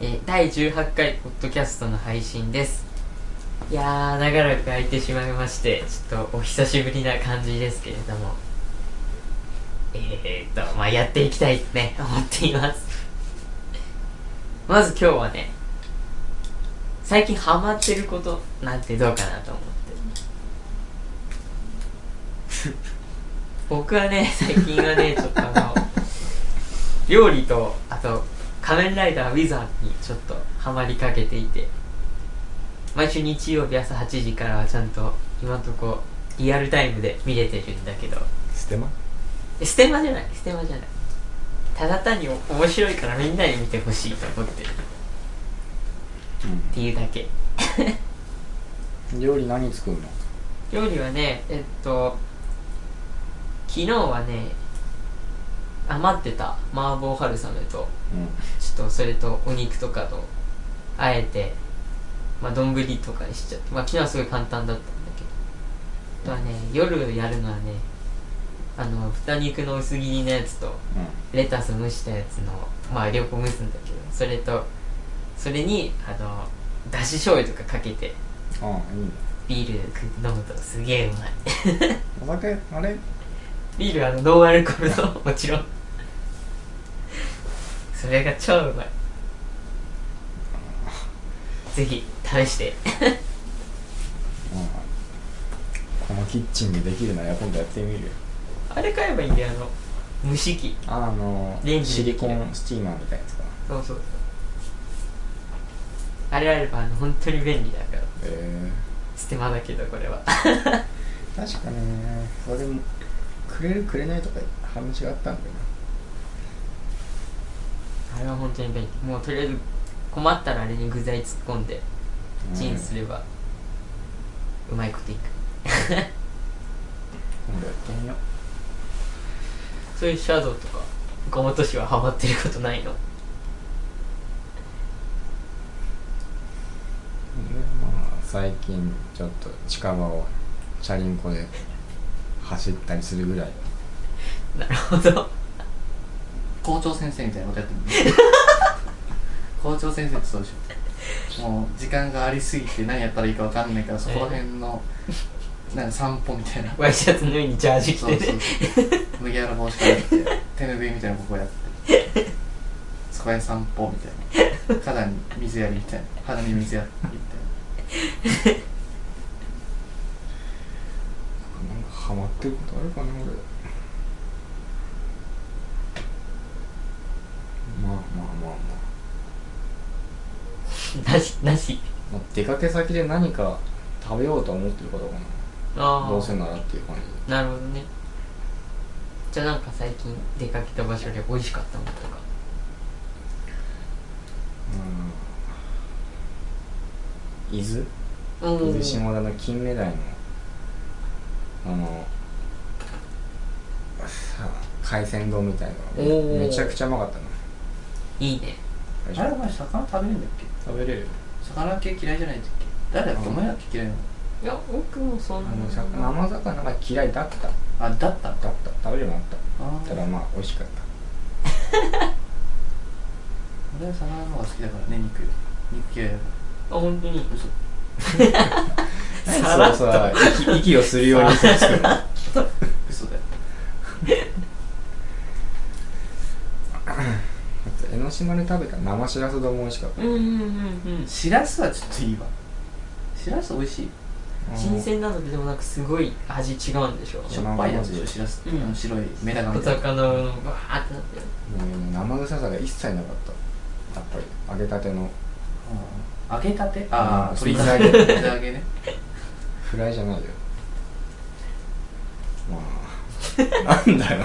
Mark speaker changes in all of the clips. Speaker 1: えー第18回ポッドキャストの配信ですいやー長らく空いてしまいましてちょっとお久しぶりな感じですけれどもえー、っとまあやっていきたいとね思っていますまず今日はね最近ハマってることなんてどうかなと思って僕はね最近はねちょっとあの料理とあと仮面ライダーウィザードにちょっとハマりかけていて毎週日曜日朝8時からはちゃんと今んとこリアルタイムで見れてるんだけど
Speaker 2: ステマ
Speaker 1: えステマじゃないステマじゃないただ単に面白いからみんなに見てほしいと思ってるっていうだけ
Speaker 2: 料理何作るの
Speaker 1: 料理はねえっと昨日はね余ってた麻婆春雨とちょっとそれとお肉とかとあえてまあ丼とかにしちゃってまあ昨日はすごい簡単だったんだけどあとはね夜やるのはねあの豚肉の薄切りのやつとレタス蒸したやつのまあ両方蒸すんだけどそれとそれにあのだし醤油とかかけて
Speaker 2: うんああいい
Speaker 1: ビ
Speaker 2: ね
Speaker 1: ール飲むとすげえうまい
Speaker 2: お酒あれ
Speaker 1: ビールはあのノンアルコールのもちろんそれが超うまいぜひ試して
Speaker 2: このキッチンでできるなら今度やってみるよ
Speaker 1: あれ買えばいいんだよあの蒸し器
Speaker 2: あの
Speaker 1: レンジ
Speaker 2: シ
Speaker 1: でで
Speaker 2: リ
Speaker 1: きる
Speaker 2: コンスチーマーみたいなやつかな
Speaker 1: そうそうそうあれあればあの本当に便利だから
Speaker 2: え
Speaker 1: ステマだけどこれは
Speaker 2: え確かねそれもくれるくれないとか話があったんだよ
Speaker 1: あれは本当に便利もうとりあえず困ったらあれに具材突っ込んで
Speaker 2: な
Speaker 1: チンす
Speaker 2: る
Speaker 1: ればうまいこといく
Speaker 2: 今度やってみよう
Speaker 1: そういうシャドウとか岡本氏はハマってることないの
Speaker 2: でまあ最近ちょっと近場をチャリンコで走ったりするぐらい
Speaker 1: なるほど
Speaker 3: 校長先生みたいなことやって る校長先生ってそうでしょもう時間がありすぎて何やったらいいかわかんないからそこら辺のなんか散歩みたいな
Speaker 1: ワイシャツの上にジャージ着
Speaker 3: そう
Speaker 1: て
Speaker 3: そう
Speaker 1: ね
Speaker 3: そう麦わら帽子かぶって手拭いみたいなここやってそこへ散歩みたいな肌に水やりみたいな肌に水やりみたい
Speaker 2: なんかハマってることあるかな俺まあまあまあまあ
Speaker 1: なしなし
Speaker 2: まあ出かけ先で何か食べようとは思ってることか
Speaker 1: あ
Speaker 2: な
Speaker 1: あ
Speaker 2: どうせならっていう感じ
Speaker 1: なるほどねじゃあなんか最近出かけた場所で美味しかったものとか
Speaker 2: うん伊豆
Speaker 1: うん
Speaker 2: 伊豆下田の金目鯛のあのさ海鮮丼みたいなの
Speaker 1: おー
Speaker 2: めちゃくちゃうまかったない
Speaker 1: いね
Speaker 2: 最
Speaker 3: なあれ
Speaker 2: 初
Speaker 3: お前魚食べれるんだっけ
Speaker 2: 食べれるよ
Speaker 3: 魚系嫌いじゃないんだっけ誰だっ
Speaker 2: う
Speaker 3: けお
Speaker 2: ん
Speaker 3: 前だっけ嫌いなの
Speaker 1: いや僕もそ
Speaker 2: あ
Speaker 1: んな
Speaker 2: の魚生魚が嫌いだっただ
Speaker 3: あだったあ
Speaker 2: った食べれるようになった
Speaker 3: あ
Speaker 2: た
Speaker 3: ー
Speaker 2: だまあ美味しかった
Speaker 3: 俺は魚の方が好きだからね肉肉嫌いだか
Speaker 1: あ本当に
Speaker 3: ら嘘
Speaker 2: 何
Speaker 1: さらっと
Speaker 2: そうさ息息をするように嘘つくの
Speaker 3: 嘘だよ
Speaker 2: 江ノ島で食べた生しらす丼も美味しかった
Speaker 1: うんうんうんうん
Speaker 3: しらすはちょっといいわしらす美味しい
Speaker 1: 新鮮なのででもなんかすごい味違うんでしょ
Speaker 3: しょっぱいやつ
Speaker 2: う
Speaker 3: でしょ
Speaker 2: ん
Speaker 3: しらすって、
Speaker 1: うん
Speaker 3: あの白いメダカ
Speaker 1: お
Speaker 3: みたいな
Speaker 1: 魚のバーってなってる
Speaker 2: もうね生臭さが一切なかったやっぱり揚げたての
Speaker 3: うん揚げたてああ
Speaker 2: うん
Speaker 3: 鶏
Speaker 2: 水揚
Speaker 3: 揚
Speaker 2: げ
Speaker 3: げ水揚げね
Speaker 2: フライじゃないよま あなんだよ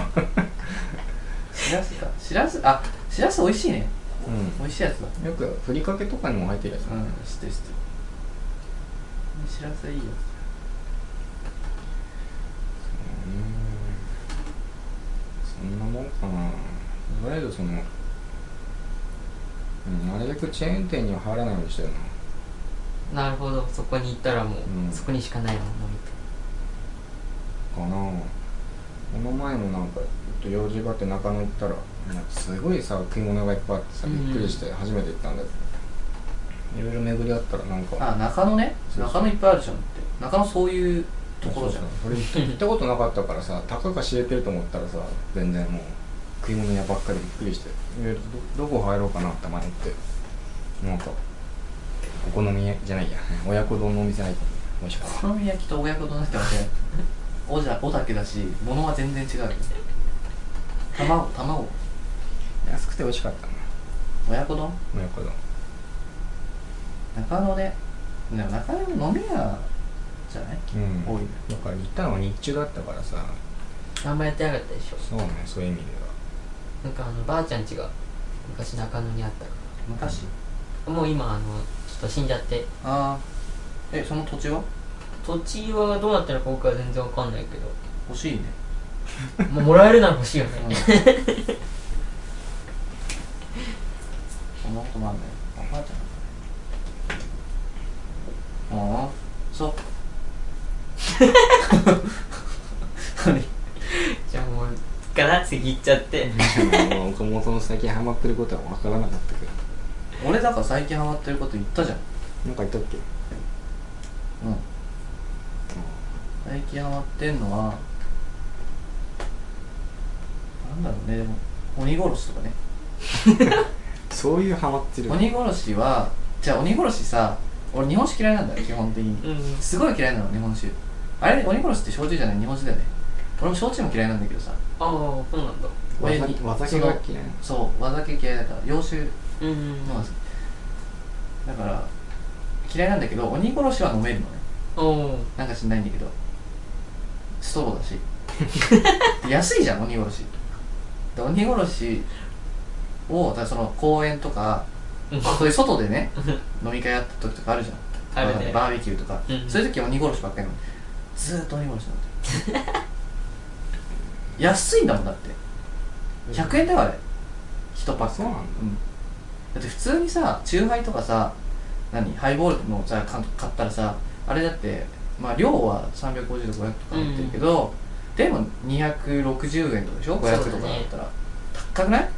Speaker 3: しらすかしらすあしらす美味しいね
Speaker 2: う
Speaker 3: 美味しいやつだ
Speaker 2: んよくふりかけとかにも入ってるやつ
Speaker 3: うん知ってる知ってるしらすいいよ
Speaker 2: そんなもんかないわゆるその、うん、なるべくチェーン店には入らないようにしてるな
Speaker 1: なるほどそこに行ったらもう、
Speaker 2: うん
Speaker 1: そこにしかないものみたい
Speaker 2: かなこの前もなんかと用事があって中野行ったらなんかすごいさ食い物がいっぱいあってさびっくりして初めて行ったんだけど、いろいろ巡り合ったらなんか
Speaker 3: あ中野ね
Speaker 2: そうそう
Speaker 3: 中野いっぱいあるじゃんって中野そういうところじゃん
Speaker 2: そうそう俺行ったことなかったからさたかが知れてると思ったらさ全然もう食い物屋ばっかりびっくりしてえどどこ入ろうかなって迷ってなんかお好み焼きじゃないや親子丼のお店入って美味しかった
Speaker 3: お好み焼きと親子丼だったらねおじゃおだけだし物は全然違うよ卵卵
Speaker 2: 安くて美味しかったな
Speaker 3: 親子丼
Speaker 2: 親子丼
Speaker 3: 中野ねでも中野の飲み屋じゃない
Speaker 2: うん
Speaker 3: 多いね
Speaker 2: だから行ったのは日中だったからさ
Speaker 1: あんまやってなかったでしょ
Speaker 2: そうねそういう意味で
Speaker 1: なんかあのばあちゃんちが昔中野にあったか
Speaker 3: 昔
Speaker 1: らもう今あのちょっと死んじゃって
Speaker 3: ああえその土地は
Speaker 1: 土地はどうなってるのか僕は全然わかんないけど
Speaker 3: 欲しいね、
Speaker 1: もうもらえるなら欲しいよね
Speaker 3: うん、そんなこともあんねおばあちゃんだったねああそう何
Speaker 1: じゃあもうから次行っちゃって
Speaker 2: はもう岡本の最近ハマってることは分からなかったけど
Speaker 3: 俺だから最近ハマってること言ったじゃん
Speaker 2: なんか言ったっけ
Speaker 3: うん最近ハマってんのはなんだろうねでも鬼殺しとかね
Speaker 2: そういうハマってる
Speaker 3: 鬼殺しはじゃあ鬼殺しさ俺日本酒嫌いなんだよ基本的に
Speaker 1: うん
Speaker 3: すごい嫌いなの日本酒あれ鬼殺しって焼酎じゃない日本酒だよね俺も焼酎も嫌いなんだけどさ
Speaker 1: ああそうなんだ
Speaker 2: わ
Speaker 3: 親
Speaker 2: さ
Speaker 3: に
Speaker 2: わさきがっけね
Speaker 3: そう和酒嫌いだから洋酒
Speaker 1: うん
Speaker 3: のが好きだから嫌いなんだけど鬼殺しは飲めるのね
Speaker 1: おお
Speaker 3: なんかしんないんだけどストローだしで安いじゃん鬼殺しで鬼殺しをだからその公園とかそういう外でね飲み会やった時とかあるじゃん
Speaker 1: あるね
Speaker 3: バーベキューとか、
Speaker 1: うん
Speaker 3: そういう時は鬼殺しばっかり飲んでずーっと鬼殺し飲ん で安いんだもんだって100円だよあれ1パック
Speaker 2: そうなんだ
Speaker 3: んだって普通にさチューハイとかさ何ハイボールのさか買ったらさあれだってまあ量は350と500とか入ってるけど、でも260円とかでしょ500とかだったら、高くない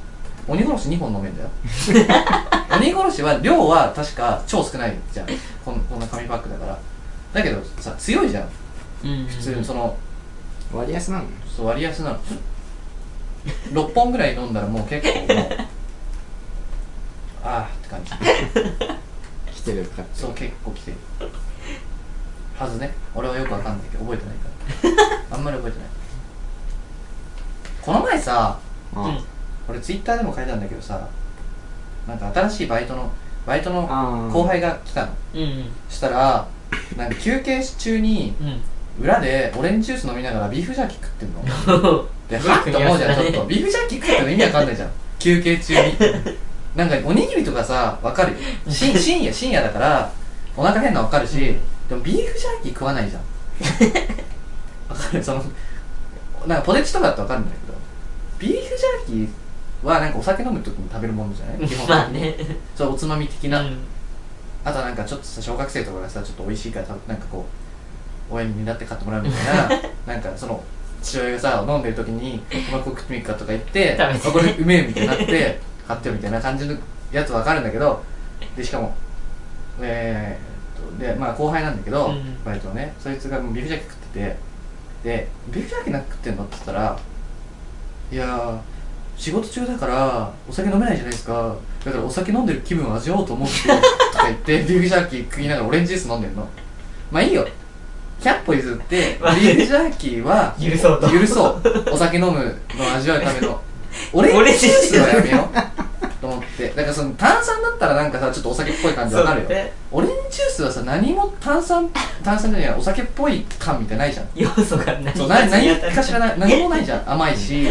Speaker 3: 鬼殺し2本飲めんだよ 鬼殺しは量は確か超少ないじゃんこんこんな紙パックだからだけどさ強いじゃん
Speaker 1: うん
Speaker 3: 普通にその
Speaker 2: 割安なの
Speaker 3: そう割安なの6本ぐらい飲んだらもう結構もうああって感じ
Speaker 2: 来てるかって
Speaker 3: そう結構来てるはずね俺はよくわかんないけど覚えてないからあんまり覚えてないこの前さ
Speaker 1: う
Speaker 2: あ
Speaker 1: ん
Speaker 3: 俺ツイッターでも書いたんだけどさなんか新しいバイトのバイトの
Speaker 2: あ
Speaker 3: 後輩が来たの
Speaker 1: うん
Speaker 3: したらなんか休憩中に
Speaker 1: うん
Speaker 3: 裏でオレンジジュース飲みながらビーフジャーキー食ってんので
Speaker 1: よ
Speaker 3: はっ
Speaker 1: く
Speaker 3: と
Speaker 1: 見ま
Speaker 3: 思う
Speaker 1: し
Speaker 3: じゃん
Speaker 1: た
Speaker 3: ちょ
Speaker 1: ね
Speaker 3: っとビーフジャーキー食ってんの意味わかんないじゃん休憩中になんかおにぎりとかさわかるよ し深夜深夜だからお腹変なのわかるし、
Speaker 1: うん
Speaker 3: でもビーフジャーキー食わ ないじゃんわかるそのなんかポテチとかだってわかるんだけどビーフジャーキーはなんかお酒飲む時に食べるものじゃない基本 的に
Speaker 1: まあね
Speaker 3: そうおつまみ的な、
Speaker 1: うん
Speaker 3: あとはなんかちょっとさ小学生とかがさちょっと美味しいから食べなんかこう親に担って買ってもらうみたい ななんかその父親がさ飲んでる時に「お前これ食ってみるか」とか言って「
Speaker 1: 食べて
Speaker 3: あこれうめえ」みたいになって「買ってよ」みたいな感じのやつわかるんだけどでしかもえー、っとでまあ後輩なんだけど、
Speaker 1: うん
Speaker 3: バイトのねそいつがもうビーフジャーキー食っててで「ビーフジャーキーなんか食ってんの?」って言ったら「いやー仕事中だからお酒飲めないじゃないですかだからお酒飲んでる気分を味わおうと思ってとか言って ビーフジャーキー食いながらオレンジジュース飲んでんのまあいいよ100歩譲ってビ
Speaker 1: まあね
Speaker 3: ーフジャーキーは
Speaker 1: 許そうと
Speaker 3: 許そうお酒飲むの味わうため のオレンジジュースはやめようと思ってだからその炭酸だったらなんかさちょっとお酒っぽい感じわかるよ
Speaker 1: そうね
Speaker 3: オレンジジュースはさ何も炭酸炭酸じゃないやお酒っぽい感みたいなのないじゃん
Speaker 1: 要素が何
Speaker 3: そうな何かしら
Speaker 1: ない
Speaker 3: な何もないじゃん甘いし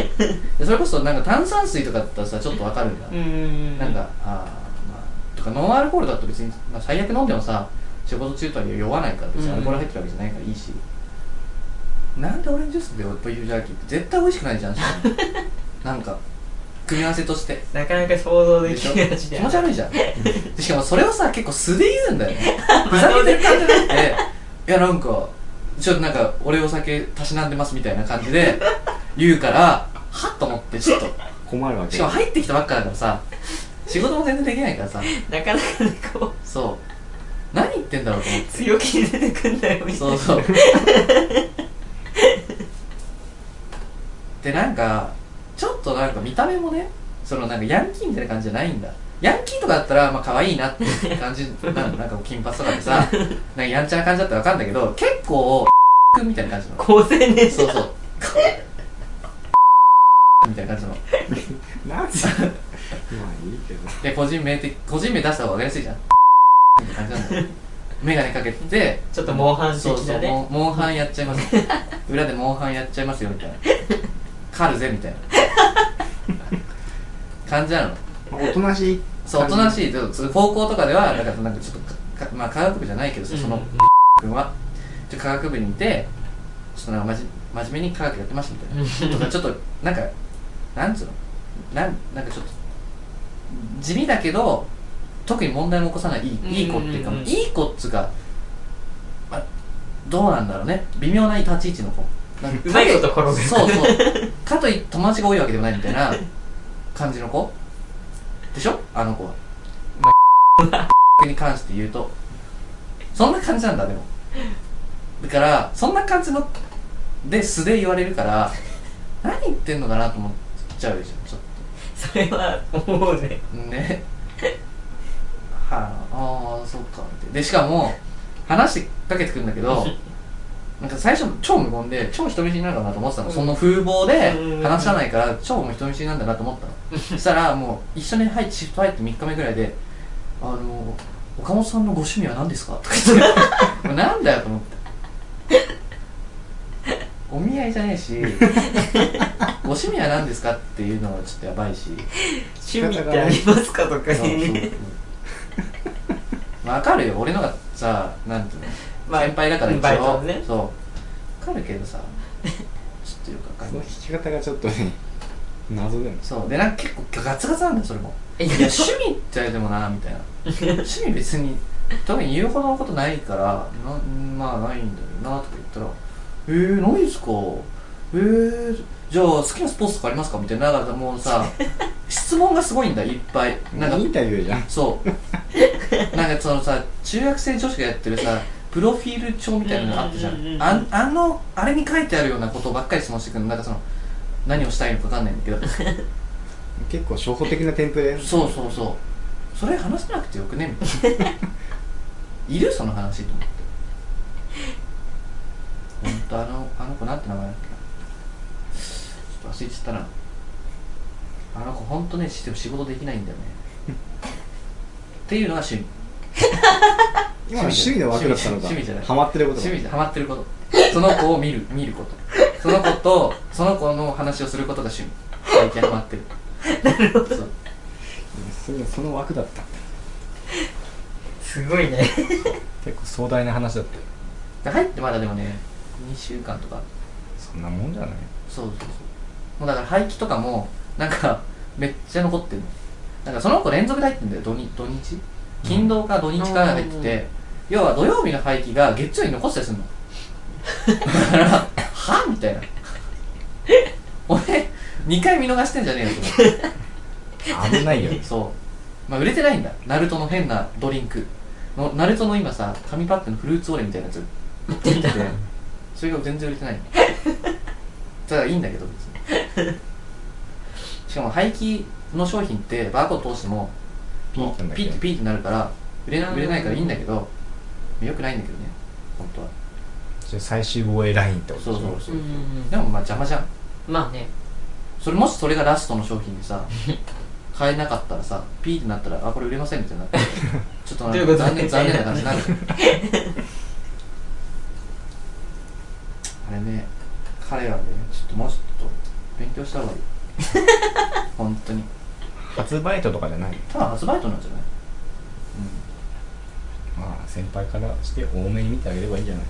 Speaker 3: でそれこそなんか炭酸水とかだったらさちょっとわかるんだ、
Speaker 1: うん
Speaker 3: なんかあーまあとかノンアルコールだと別に、まあ、最悪飲んでもさ仕事中とは酔わないから別にアルコール入ってるわけじゃないからいいし、なんでオレンジジュースでオットユージャーキーって絶対美味しくないじゃんしかもなんか組み合わせとして
Speaker 1: なかなか想像で
Speaker 3: で
Speaker 1: き
Speaker 3: しょ
Speaker 1: ない
Speaker 3: 気持ち悪いじゃん でしかもそれをさ結構素で言うんだよね ふざけてる感じじゃなくていや なんかちょっとなんか俺お酒たしなんでますみたいな感じで言うからはっと思ってちょっと
Speaker 2: 困るわけ
Speaker 3: しかも入ってきたばっかだからさ仕事も全然できないからさ
Speaker 1: なかなかねこ
Speaker 3: そう何言ってんだろうと思っ
Speaker 1: う強気に出てくんだよみ
Speaker 3: て
Speaker 1: たい
Speaker 3: そう
Speaker 1: な
Speaker 3: そうでなんかちょっとなんか見た目もねそのなんかヤンキーみたいな感じじゃないんだヤンキーとかだったらまあ可愛いなって感 じなのなんか金髪とかでさなんかやんちゃな感じだったらわかんだけど結構くんみたいな感じなの
Speaker 1: 高青年じゃん
Speaker 3: そうそう みたいな感じなの
Speaker 2: なんでまあいいけど
Speaker 3: で個人名って個人名出した方が分かりやすいじゃんみたいな感じなんだよ眼鏡かけて
Speaker 1: ちょっとモンハン
Speaker 3: そう
Speaker 1: 的
Speaker 3: そ
Speaker 1: だ
Speaker 3: う
Speaker 1: ね
Speaker 3: モンモンハンやっちゃいます 裏でモンハンやっちゃいますよみたいな狩るぜみたいな感じなの
Speaker 2: まあおとなしい
Speaker 3: そうおとな
Speaker 2: い
Speaker 3: しいでもそう高校とかではだからなんかちょっとかかまあ科学部じゃないけどさその君はちょ科学部にいてちょっとなんか真真面目に科学やってましたみたいなとかちょっとなんかなんつうのなんなんかちょっと地味だけど特に問題も起こさないいい,、いい子っていうか
Speaker 1: うんうんうん
Speaker 3: いい子っつうか、まあ、どうなんだろうね微妙な立ち位置の子なんか
Speaker 1: うまいこと転ぶ
Speaker 3: そうそうかといって友達が多いわけでもないみたいな感じの子でしょあの子はに関して言うとそんな感じなんだでもだからそんな感じので素で言われるから何言ってんのかなと思っちゃうでしょちょっ
Speaker 1: それは思うね
Speaker 3: とねはああーそっかってでしかも話してかけてくるんだけどなんか最初超無言で超人見知りなのかなと思ってたの、
Speaker 1: うん
Speaker 3: その風貌
Speaker 1: うん
Speaker 3: で話さないから超もう人見知りなんだなと思ったのそしたらもう一緒に入ってシフト入って3日目ぐらいで「あの岡本さんのご趣味は何ですか?」とか 言って「もうなんだよ」と思ってお見合いじゃねえしご趣味は何ですかっていうのはちょっとやばいし
Speaker 1: 趣味ってありますかとか
Speaker 3: そうそう
Speaker 1: ね
Speaker 3: まあわかるよ俺のがさなんていうの
Speaker 1: まあ
Speaker 3: 先輩だから一
Speaker 1: バイト
Speaker 3: 応、
Speaker 1: のね
Speaker 3: そうわかるけどさちょっとよくわか
Speaker 2: そ
Speaker 3: ん
Speaker 2: の
Speaker 3: ない
Speaker 2: 弾き方がちょっとね謎だよね
Speaker 3: そうでなんか結構ガツガツなんだよそれも
Speaker 1: え
Speaker 3: いや趣味って言われてもなみたいな趣味別に特に言うほどのことないからなまあないんだけどなとか言ったら「えー、ないですかえー、じゃあ好きなスポーツとかありますか?」みたいななんかもうさ質問がすごいんだいっぱいなんか
Speaker 2: インタビューじゃん
Speaker 3: そう。 なんかそのさ、中学生女子がやってるさ、プロフィール帳みたいなのがあったじゃ
Speaker 1: うんうんうん
Speaker 3: ん。
Speaker 1: うん
Speaker 3: あんあの、あれに書いてあるようなことばっかり質問してくるの。なんかその、何をしたいのかわかんないんだけど。
Speaker 2: 結構初歩的なテンプレ
Speaker 3: そうそうそう。それ話さなく てよくねみたいな。いるその話と思って。ほんと、あの、あの子なんて名前だっけな。ちょっと忘れちゃったな。あの子ほんとね、しても仕事できないんだよね。っていうのが趣味。
Speaker 2: 今の趣味の枠だったのか
Speaker 3: 趣味じゃない
Speaker 2: ハマってることだ
Speaker 3: 趣味でハマってることその子を見 る見ることその子とその子の話をすることが趣味最近ハマってるなるほどそう
Speaker 2: それその枠だった
Speaker 1: すごいね
Speaker 2: 結構壮大な話だったよ
Speaker 3: で入ってまだでもね2週間とか
Speaker 2: そんなもんじゃない
Speaker 3: そうそうそうもうだから廃棄とかもなんかめっちゃ残ってるのなんかその子連続で入ってんだよ土日土日勤労か土日か入ってて、要は土曜日の廃棄が月曜に残したりするのだからはみたいな俺2回見逃してんじゃねえよと思って
Speaker 2: 危ない よ
Speaker 3: そう。まあ、売れてないんだ。ナルトの変なドリンク。のナルトの今さ、紙パックのフルーツオレみたいなやつ。
Speaker 2: で
Speaker 3: それが全然売れて ないの。ただいいんだけど、別に。しかも、廃棄の商品って、バーコード通しても、
Speaker 2: ピーってなんだっけ
Speaker 3: ピッてピーってなるから、売れな売れないからいいんだけど、よくないんだけどね、本当は。
Speaker 2: それ最終防衛ラインってこと
Speaker 3: そうそうそう。
Speaker 1: ん
Speaker 3: でも、まあ、邪魔じゃん。
Speaker 1: まあね
Speaker 3: それもしそれがラストの商品で さ買えなかったらさピーってなったらあこれ売れませんみ たいになってちょっとなん
Speaker 1: どうい
Speaker 3: か
Speaker 1: うこと
Speaker 3: 残念残念な感 じになるあれね彼らねちょっともうちょっと勉強し た方がいい本当に
Speaker 2: 初バイトとかじゃない
Speaker 3: ただ初バイトなんじゃない
Speaker 2: まあ先輩からして多めに見てあげればいいんじゃな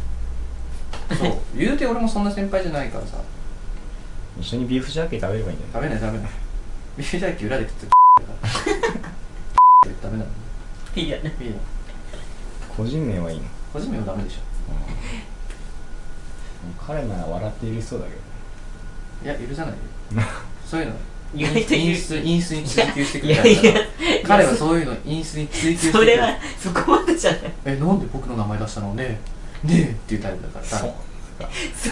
Speaker 2: い
Speaker 3: うんそう言うて俺もそんな先輩じゃないからさ
Speaker 2: 一緒にビーフジャーキー食べればいいんじゃ
Speaker 3: 食べない食べないビーフジャーキー裏で食ってる だからダメなの
Speaker 1: いいやね
Speaker 3: いいよ
Speaker 2: い個人名はいいの
Speaker 3: 個人名もダメでしょ
Speaker 2: 彼なら笑って許しそうだけ
Speaker 3: いや許さないよ
Speaker 2: ど
Speaker 3: そういうの
Speaker 1: 意外といる
Speaker 3: 因数因数に追求してくるタ
Speaker 1: いやい
Speaker 3: イ
Speaker 1: や
Speaker 3: プだから彼はそういうの因数に追求してく
Speaker 1: そ
Speaker 3: る
Speaker 1: れはそこまでじゃない
Speaker 3: えなんで僕の名前出したのねえねえっていうタイプだから
Speaker 2: そ
Speaker 3: さ
Speaker 2: う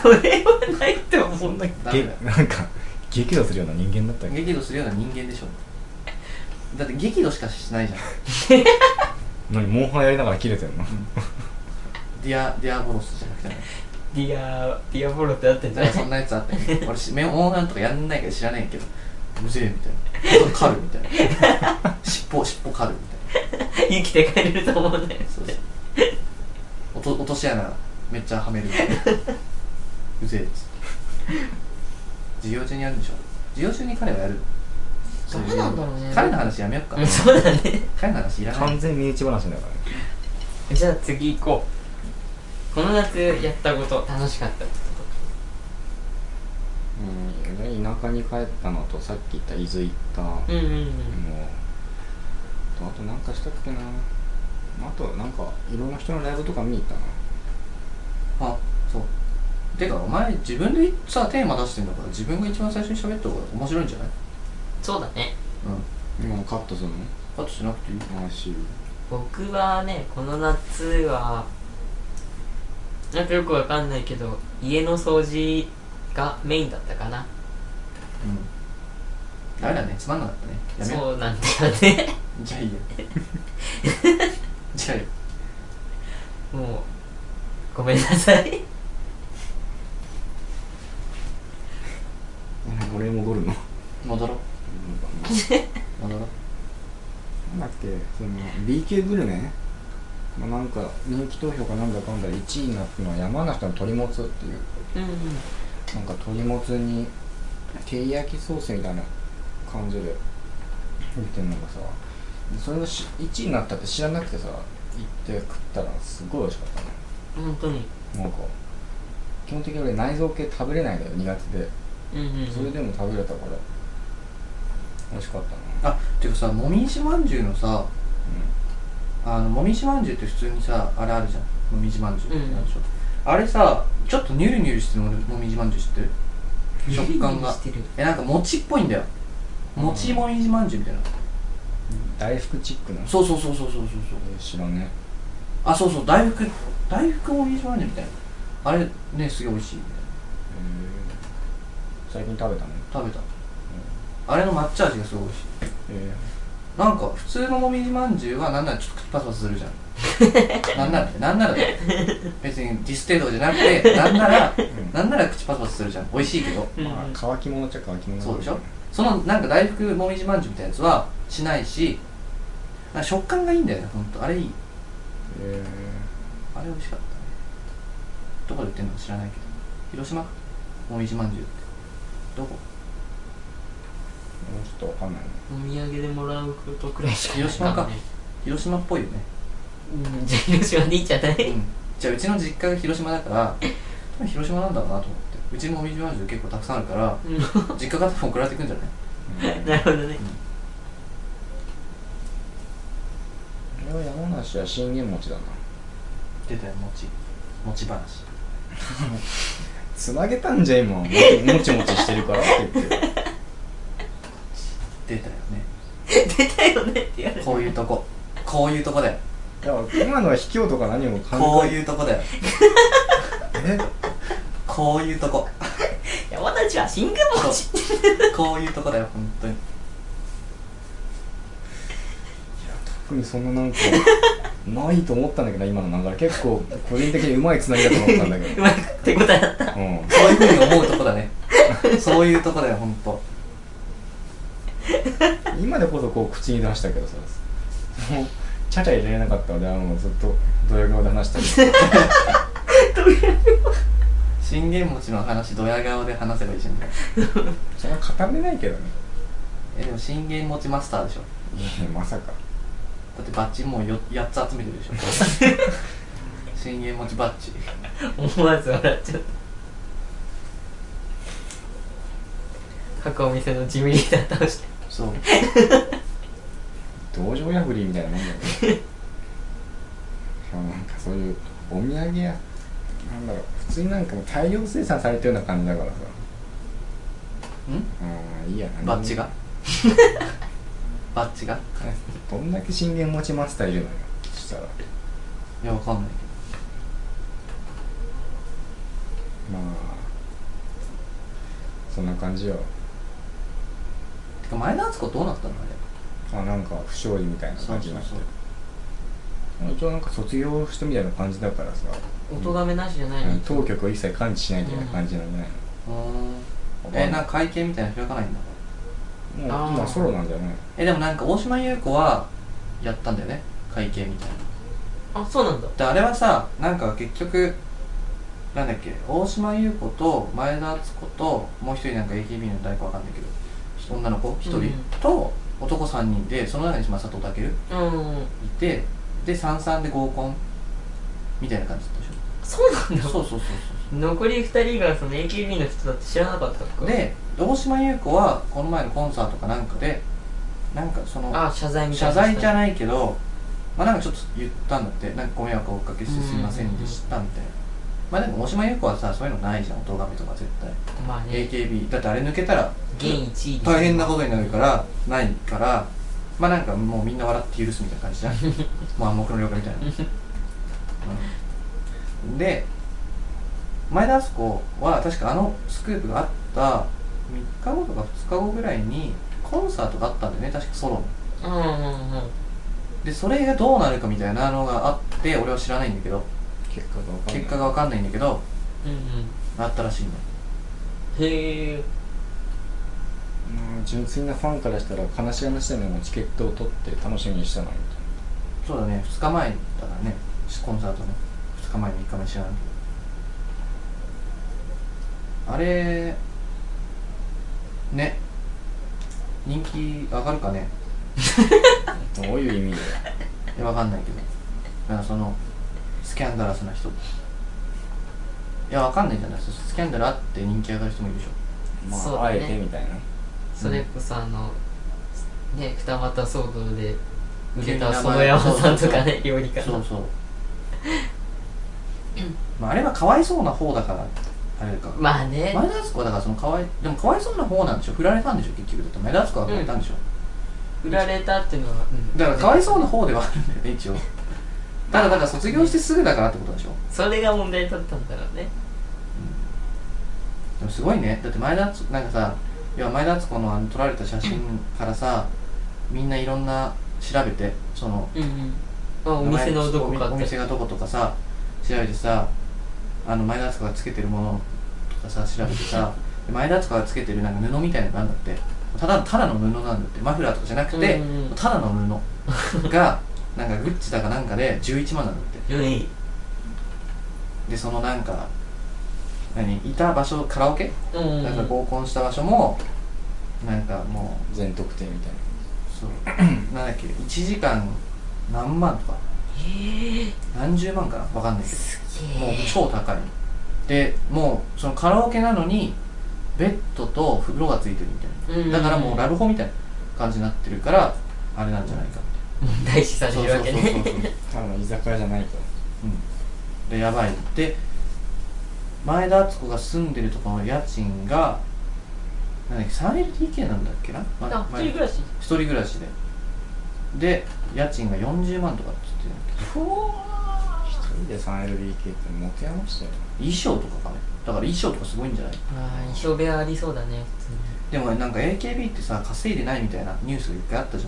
Speaker 1: それはないと思う
Speaker 3: そんなダメ
Speaker 2: げ
Speaker 3: だよ
Speaker 2: なんか激怒するような人間だったっけ
Speaker 3: 激怒するような人間 でしょだって激怒しかしないじゃん
Speaker 2: 何モンハンやりながら切れてんの
Speaker 3: ディアディアボロスじゃなく てね
Speaker 1: ディアディアボロってあってんじゃな
Speaker 3: なん
Speaker 1: い
Speaker 3: かそんなやつあったよね俺しメモンハンとかやんないから知らないけどむぜえみ たいな狩るみたいな尻尾尻尾狩るみたいな
Speaker 1: 生きて帰れると思うんだよ
Speaker 3: そうそう落と落とし穴めっちゃはめるみたいなうぜえっつって授業中にやるんでしょ授業中に彼はやる
Speaker 1: どうなんだろうね
Speaker 3: 彼の話やめよっか
Speaker 1: うんそうだね
Speaker 3: 彼の話いらない
Speaker 2: 完全身内話だからね
Speaker 1: じゃあ次行こうこの夏やったこと楽しかったこと
Speaker 2: うん田舎に帰ったのとさっき言った伊豆行った、も
Speaker 1: と
Speaker 2: う
Speaker 1: かうんうんうん
Speaker 2: とあとなんかしたっけなあとなんかいろんな人のライブとか見に行ったな
Speaker 3: あそうてかお前自分でさテーマ出してんだから自分が一番最初に喋った方が面白いんじゃない
Speaker 1: そうだね
Speaker 3: うん
Speaker 2: 今もカットするの
Speaker 3: カットしなくていい
Speaker 2: 回し
Speaker 1: 僕はねこの夏はなんかよくわかんないけど家の掃除がメインだったかな
Speaker 3: うんダメだねつまんなかったねやめよ
Speaker 1: そうなんだよね
Speaker 3: うじゃあいいよじゃあいいよ
Speaker 1: もうごめんなさい
Speaker 2: 俺戻るの
Speaker 3: 戻ろう戻ろう
Speaker 2: なんだっけその B 級グルメ、まあ、なんか人気投票かなんだかんだで1位になったのは山梨の鶏もつっていう
Speaker 1: うんうん
Speaker 2: なんか鶏もつに照り焼きソースみたいな感じで売ってんのがさそれがし1位になったって知らなくてさ行って食ったらすごい美味しかったね
Speaker 1: 本当に
Speaker 2: なんか基本的に俺内臓系食べれないのよ苦手で
Speaker 1: うんうんうん
Speaker 2: それでも食べれたから美味しかったな
Speaker 3: あていうかさもみじまんじゅうのさあのもみじまんじゅうって普通にさあれあるじゃんもみじまんじゅうってあるでしょ、あれさちょっとニュルニュルしてるももみじまんじゅう知ってる食感が
Speaker 1: してる
Speaker 3: えなんか餅っぽいんだよ餅もみじまんじゅうみたいな、
Speaker 2: うん大福チックな
Speaker 3: そうそうそうそうそうそうそう
Speaker 2: えー知らね
Speaker 3: あそうそう大福大福もみじまんじゅうみたいなあれねすげえ美味しいみたいな
Speaker 2: え最近食べたの
Speaker 3: 食べた、あれの抹茶味がすごい美味しい
Speaker 2: え
Speaker 3: なんか普通のもみじまんじゅうはなんならちょっと口パサパサするじゃんなんならなんならだよ別にディステードじゃなくてなんなら
Speaker 2: ん
Speaker 3: なんなら口パサパサするじゃん美味しいけど
Speaker 1: うんうん
Speaker 2: まあ乾き物っちゃ乾き物
Speaker 3: そうでしょそのなんか大福もみじまんじゅうみたいなやつはしないしなんか食感がいいんだよねほんとあれいい
Speaker 2: え
Speaker 3: あれ美味しかったねどこで売ってんのか知らないけど広島もみじまんじゅうってどこ
Speaker 2: ー、もうちょっとわかんないね
Speaker 1: お土産でもらうことくらいしかない
Speaker 3: 広島か
Speaker 1: ね
Speaker 3: 広島っぽいよね
Speaker 1: うんじゃあ広島でいいんじゃない
Speaker 3: うんじゃあうちの実家が広島だから多分広島なんだろうなと思ってうちもみじまんじゅう結構たくさんあるから
Speaker 1: うん
Speaker 3: 実家から多分送られてくんじゃない
Speaker 1: なるほどね
Speaker 2: これは山梨は信玄餅だな
Speaker 3: 出たよ餅餅話
Speaker 2: つなげたんじゃ今もちもちもちしてるからって言って
Speaker 3: 出たよね
Speaker 1: 出たよねって言われる
Speaker 3: こういうとここういうとこだよ
Speaker 2: いや今のは卑怯とか何も考
Speaker 3: こう
Speaker 2: え
Speaker 3: いうとこだよ
Speaker 2: え
Speaker 3: こういうとこ
Speaker 1: 山たちは信玄餅
Speaker 3: こういうとこだよ本当に
Speaker 2: 特にそんななんか ないと思ったんだけど今の流れ結構個人的にうまいつなぎだと思ったんだけ
Speaker 1: う
Speaker 2: ど
Speaker 1: まくってことだった
Speaker 2: うん
Speaker 3: そういうふうに思うとこだねそういうとこだよ本当
Speaker 2: 今でこそこう口に出したけどさもうちゃちゃ入れなかったのであのずっとドヤ顔で話したり
Speaker 3: 信玄餅の話ドヤ顔で話せばいいじゃん
Speaker 2: そんな語れないけどね
Speaker 3: えでも信玄餅マスターでしょ
Speaker 2: いやまさか
Speaker 3: だってバッジもうよ8つ集めてるでしょ信玄餅バッジ
Speaker 1: 思わず笑っちゃった各お店の地味リーダー倒して
Speaker 3: そう
Speaker 2: 道場破りみたいなもんだよね いやなんかそういうお土産やなんだろう普通になんかもう大量生産されてるような感じだからさうんいいや何でも
Speaker 3: バッジがバッジが
Speaker 2: どんだけ信玄持ちマスターいるのよそしたら
Speaker 3: いやわかんない
Speaker 2: まあそんな感じよ
Speaker 3: けどてか前田敦子どうなったの
Speaker 2: あ
Speaker 3: あれ
Speaker 2: なんか不祥事みたいな感じになって
Speaker 3: そう
Speaker 2: 一応なんか卒業してみたいな感じだからさ、
Speaker 1: お咎めなしじゃないの、
Speaker 2: うん当局を一切感知しないみたいな感じなんじゃないうの
Speaker 3: ーんえなん
Speaker 2: か
Speaker 3: か会見みたいなの開かないんだ
Speaker 2: もう
Speaker 1: あー
Speaker 2: 今ソロなんじゃない
Speaker 3: えでもなんか大島優子はやったんだよね会見みたいな
Speaker 1: あそうなんだ
Speaker 3: であれはさなんか結局なんだっけ大島優子と前田敦子ともう一人なんか AKB の誰かわかんないけど女の子一
Speaker 1: うん
Speaker 3: 人と男3人でその中にまあ佐藤健い
Speaker 1: うん
Speaker 3: てで三々で合コンみたいな感じだったでし
Speaker 1: そうなんだ
Speaker 3: ょそうそうそうそう
Speaker 1: 残り2人がその AKB の人だって知らなかったのか
Speaker 3: で大島優子はこの前のコンサートかなんかでなんかその
Speaker 1: あ謝罪みたい
Speaker 3: 謝
Speaker 1: な
Speaker 3: 罪じゃ
Speaker 1: な
Speaker 3: ないけど、まあ、なんかちょっと言ったんだってなんかご迷惑をおかけしてすいませんでしたみたいな、まあでも大島優子はさそういうのないじゃんお咎めとか絶対、
Speaker 1: まあね
Speaker 3: AKB だってあれ抜けたら
Speaker 1: 現1位です
Speaker 3: 大変なことになるからないからまあなんかもうみんな笑って許すみたいな感じじゃんもう暗黙の了解みたいな、うんで前田敦子は確かあのスクープがあった3日後とか2日後ぐらいにコンサートがあったんだよね確かソロの
Speaker 1: うんうんうん
Speaker 3: でそれがどうなるかみたいなのがあって俺は知らないんだけど
Speaker 2: 結果がわかんない
Speaker 3: 結果がわかんないんだけど
Speaker 1: うん
Speaker 3: あったらしいの
Speaker 1: うんへえ
Speaker 2: うん純粋なファンからしたら悲しい話だよねもうチケットを取って楽しみにしたのにみたいな
Speaker 3: そうだね2日前だからねコンサートの2日前3日前知らないけどあれね人気上がるかね
Speaker 2: どういう意味で
Speaker 3: いやわかんないけどなんかそのスキャンダラスな人いやわかんないじゃないスキャンダルあって人気上がる人もいるでしょ
Speaker 2: まあ、
Speaker 1: そうだ
Speaker 2: あ
Speaker 1: ね
Speaker 2: えてみたいな
Speaker 1: それこそあのね二股騒動で売れた
Speaker 3: 急に名前
Speaker 1: 園山さんとかね料理家
Speaker 3: そ
Speaker 1: の
Speaker 3: うそうまああれはかわいそうな方だからあれか
Speaker 1: まあね
Speaker 3: 前田敦子はだからそのかわいでもかわいそうな方なんでしょ振られたんでしょ結局だって前田敦子は振られたんでしょ、
Speaker 1: 売られたっていうのは、うん、
Speaker 3: だからかわいそうな方ではあるんだよね 一応ただだから卒業してすぐだからってことでしょ
Speaker 1: それが問題だったんだろうね
Speaker 3: でもすごいねだって前田敦子なんかさ要は前田敦子のあの撮られた写真からさみんないろんな調べてその
Speaker 1: うんうんあお店のどこか
Speaker 3: お
Speaker 1: って
Speaker 3: 店がどことかさ調べてさあの前田敦子がつけてるものとかさ調べてさで前田敦子がつけてるなんか布みたいなのがあるんだってただただの布なんだってマフラーとかじゃなくて、
Speaker 1: うんうん
Speaker 3: ただの布がなんかグッチだかなんかで11万なんだって
Speaker 1: うん
Speaker 3: でそのなんか何いた場所カラオケ、
Speaker 1: うんうん
Speaker 3: なんか合コンした場所もなんかもう
Speaker 2: 全特典みたいな
Speaker 3: そうなんだっけ1時間何万とか
Speaker 1: へえ
Speaker 3: 何十万かなわかんないけど
Speaker 1: すげ
Speaker 3: もう
Speaker 1: え
Speaker 3: 超高いのでもうそのカラオケなのにベッドと風呂がついてるみたいな、だからもうラブホみたいな感じになってるからあれなんじゃないかみ
Speaker 1: 問題視され
Speaker 3: たい
Speaker 1: る
Speaker 3: な
Speaker 1: わけね
Speaker 3: そうそうそうそう
Speaker 2: 多分居酒屋じゃないと
Speaker 3: でやばいで前田敦子が住んでるところの家賃がなんだっけ 3LDK なんだっけな、ま
Speaker 1: あ一
Speaker 3: 前
Speaker 1: 人暮らし
Speaker 3: 一人暮らしでで家賃が40万とかって言ってるんだっ
Speaker 2: 一人で 3LDK って持て余したよ
Speaker 3: け衣装とかかねだから衣装とかすごいんじゃない
Speaker 1: ああ衣装部屋ありそうだね
Speaker 3: でもなんか AKB ってさ稼いでないみたいなニュースが一回あったじ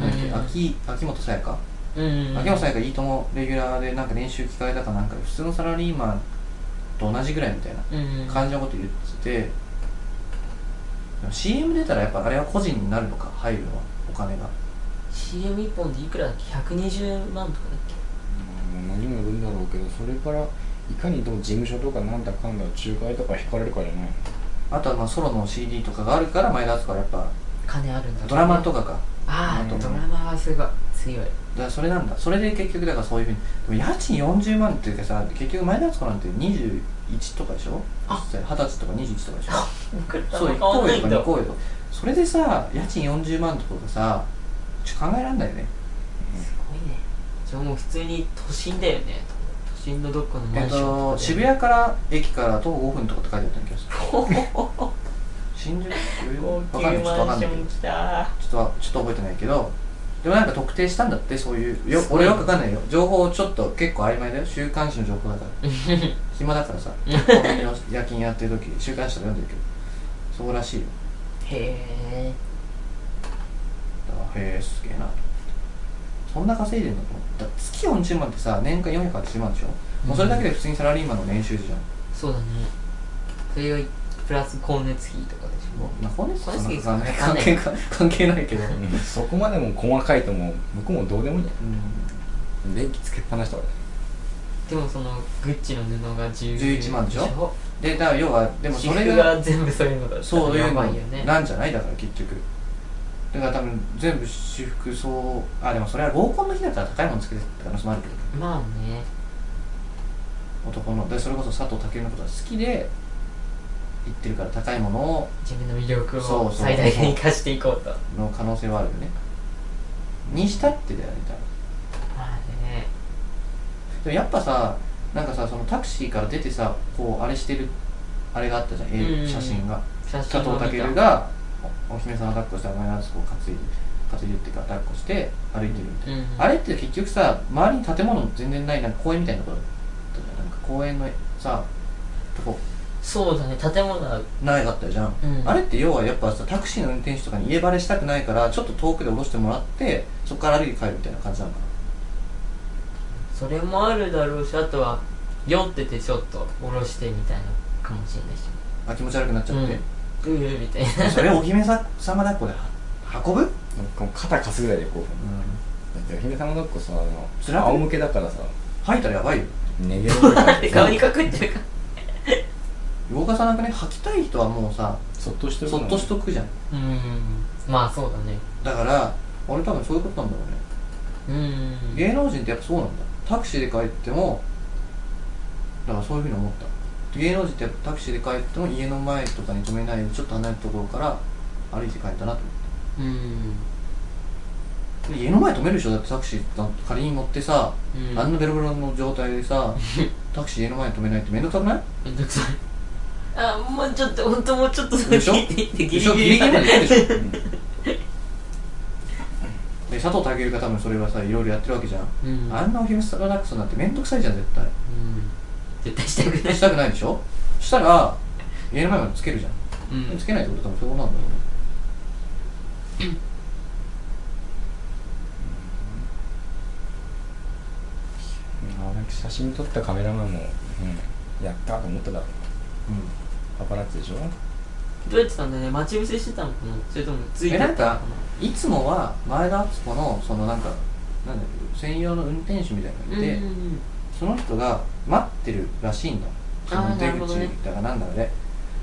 Speaker 3: ゃん、
Speaker 1: うん
Speaker 3: なんだっけ秋秋元さやか、
Speaker 1: 普通にうんうん
Speaker 3: 秋元さやかいいともレギュラーでなんか練習機会だかなんかで普通のサラリーマンと同じぐらいみたいな
Speaker 1: うんうん
Speaker 3: 感じのこと言っててでも CM 出たらやっぱあれは個人になるのか入るのはお金が
Speaker 1: CM 一本でいくらだっけ120万とかだっけ
Speaker 2: まあもう何もよるんだろうけどそれからいかにどう事務所とかなんだかんだ仲介とか引かれるかじゃないの
Speaker 3: あとはまあソロの CD とかがあるから前田敦子はやっぱ
Speaker 1: 金あるんだ
Speaker 3: ドラマ
Speaker 1: と
Speaker 3: とかか
Speaker 1: あ
Speaker 2: うん
Speaker 1: あドラマはすごい強い
Speaker 3: だからそれなんだそれで結局だからそういうふうにでも家賃40万っていうかさ結局前田敦子なんて21とかでしょ
Speaker 1: あ
Speaker 3: 実際20歳とか21とか でしょそう1
Speaker 1: 変わん
Speaker 3: 公
Speaker 1: な
Speaker 3: 演
Speaker 1: い
Speaker 3: と
Speaker 1: ん
Speaker 3: か
Speaker 1: だ
Speaker 3: 2公演とかそれでさ家賃40万ってことかさちょっと考えらんないよね
Speaker 1: すごいねじゃあもう普通に都心だよね都心のどっかのマ
Speaker 3: え
Speaker 1: ン
Speaker 3: っ
Speaker 1: ション
Speaker 3: と
Speaker 1: とかで
Speaker 3: 渋谷から駅から徒歩5分とかって書いてあったんだけどさ
Speaker 1: ほほほほ
Speaker 3: 新宿
Speaker 1: 高級
Speaker 3: わかんないちょっとわ
Speaker 1: マ
Speaker 3: か
Speaker 1: ン
Speaker 3: ん
Speaker 1: シ
Speaker 3: ない
Speaker 1: ョン
Speaker 3: けど
Speaker 1: 来た
Speaker 3: ちょっとわちょっと覚えてないけどでもなんか特定したんだってそういうよ俺よくわかんないよ情報ちょっと結構曖昧だよ週刊誌の情報だ から暇だ からさコンビニの夜勤やってる時週刊誌とか読んでるけどそうらしいよ
Speaker 1: へえ
Speaker 3: だからへえすげえなと思ってそんな稼いでんのと思ってだって月40万ってさ年間480万でしょ、もうそれだけで普通にサラリーマンの年収じゃん
Speaker 1: そうだねそれがプラス光熱費とかでし
Speaker 3: もうまあ光熱費とか
Speaker 1: 光熱費
Speaker 3: 関係か関係ないけ ど、うん、
Speaker 2: うんそこまでも細かいともう向こうもどうでもいいや電気つけっぱなしとか
Speaker 1: ょでもそのグッチの布が
Speaker 3: 11万でしょでだから要は
Speaker 1: で
Speaker 3: でも
Speaker 1: も
Speaker 3: そ
Speaker 1: そ
Speaker 3: れ
Speaker 1: れ
Speaker 3: が
Speaker 1: が全部そういうのだったら
Speaker 3: そういう
Speaker 1: や
Speaker 3: の
Speaker 1: ばいよね
Speaker 3: なんじゃないだから結局だから多分全部私服そうあでもそれは合コンの日だったら高いものつけてた可能性もあるけど
Speaker 1: まあね
Speaker 3: 男のでそれこそ佐藤健のことが好きで行ってるから高いものを
Speaker 1: 自分の魅力
Speaker 3: そうそう
Speaker 1: を
Speaker 3: そう
Speaker 1: 最大限生かしていこうと
Speaker 3: の可能性はあるよねにしたってだよね多分
Speaker 1: まあね
Speaker 3: でもやっぱさなんかさそのタクシーから出てさこうあれしてるあれがあったじゃん、え
Speaker 1: うん
Speaker 3: 写真が
Speaker 1: 写
Speaker 3: 佐
Speaker 1: 真を見た
Speaker 3: 藤健がおお姫様抱っこして甘いやつこう担いで担いでっていうか抱っこして歩いてるみたいな
Speaker 1: うんうん
Speaker 3: あれって結局さ周りに建物全然ないなんか公園みたいなとこだったじゃんなんか公園のさとこ
Speaker 1: そうだね建物は
Speaker 3: ないかったじゃん、
Speaker 1: うん
Speaker 3: あれって要はやっぱさタクシーの運転手とかに家バレしたくないからちょっと遠くで降ろしてもらってそこから歩いて帰るみたいな感じなのかな
Speaker 1: それもあるだろうしあとは酔っててちょっと下ろしてみたいなかもしれないし
Speaker 3: あ気持ち悪くなっちゃって、
Speaker 1: うーみたいな
Speaker 3: それをお姫さ様抱っこでは運ぶ、うん、
Speaker 2: この肩かすぐらいでこうだってお姫様抱っこさあの
Speaker 3: 辛く
Speaker 2: 仰向けだ からさ
Speaker 3: 吐いたらやばいよ
Speaker 2: 寝げるぐらい
Speaker 1: で顔にかくってるか
Speaker 3: 動かさなくね吐きたい人はもうさ
Speaker 2: そっとしてる
Speaker 3: そっとし
Speaker 2: と
Speaker 3: とくじゃ ん
Speaker 1: うーんまあそうだね
Speaker 3: だから俺多分そういうことなんだろうね
Speaker 1: うーん
Speaker 3: 芸能人ってやっぱそうなんだタクシーで帰ってもだからそういうふうに思った芸能人ってやっぱタクシーで帰っても家の前とかに止めないでちょっと離れたところから歩いて帰ったなと思
Speaker 1: うーん
Speaker 3: ってで家の前止めるでしょだってタクシーなんて仮に乗ってさ、
Speaker 1: うん
Speaker 3: あんなベロベロの状態 でさタクシー家の前に止めないって面倒くさくない
Speaker 1: めんどくさいあもうちょっと本当もうちょっと
Speaker 3: でしょ
Speaker 1: 先行って ギ
Speaker 3: でしょ
Speaker 1: リギ
Speaker 3: ギリギ
Speaker 1: リ
Speaker 3: リまで行くでし ょ
Speaker 2: くうん
Speaker 3: で佐藤健が多分それはさいろいろやってるわけじゃん、
Speaker 1: うん
Speaker 3: あんなお姫様抱っこするなんて面倒くさいじゃん絶対
Speaker 1: うん絶対したくない
Speaker 3: したくないでしょしたら家の前までつけるじゃん
Speaker 1: うん
Speaker 3: つけないってことは多分そうなんだろうね
Speaker 2: あなんか写真撮ったカメラマンも、うん、やったと思っただろう
Speaker 3: うん
Speaker 2: パパラッチでしょ
Speaker 1: どうやってたんだよね待ち伏せしてたのかなそれともついて
Speaker 3: え
Speaker 1: た
Speaker 3: な
Speaker 1: の
Speaker 3: ん
Speaker 1: かな
Speaker 3: かいつもは前田敦子のそのなんかなんだっけ専用の運転手みたいなのがいて、
Speaker 1: うんうんうん
Speaker 3: その人が待ってるらしいんだそ
Speaker 1: あ
Speaker 3: の
Speaker 1: ー
Speaker 3: 出
Speaker 1: なるほどね
Speaker 3: 口だかなんだかで、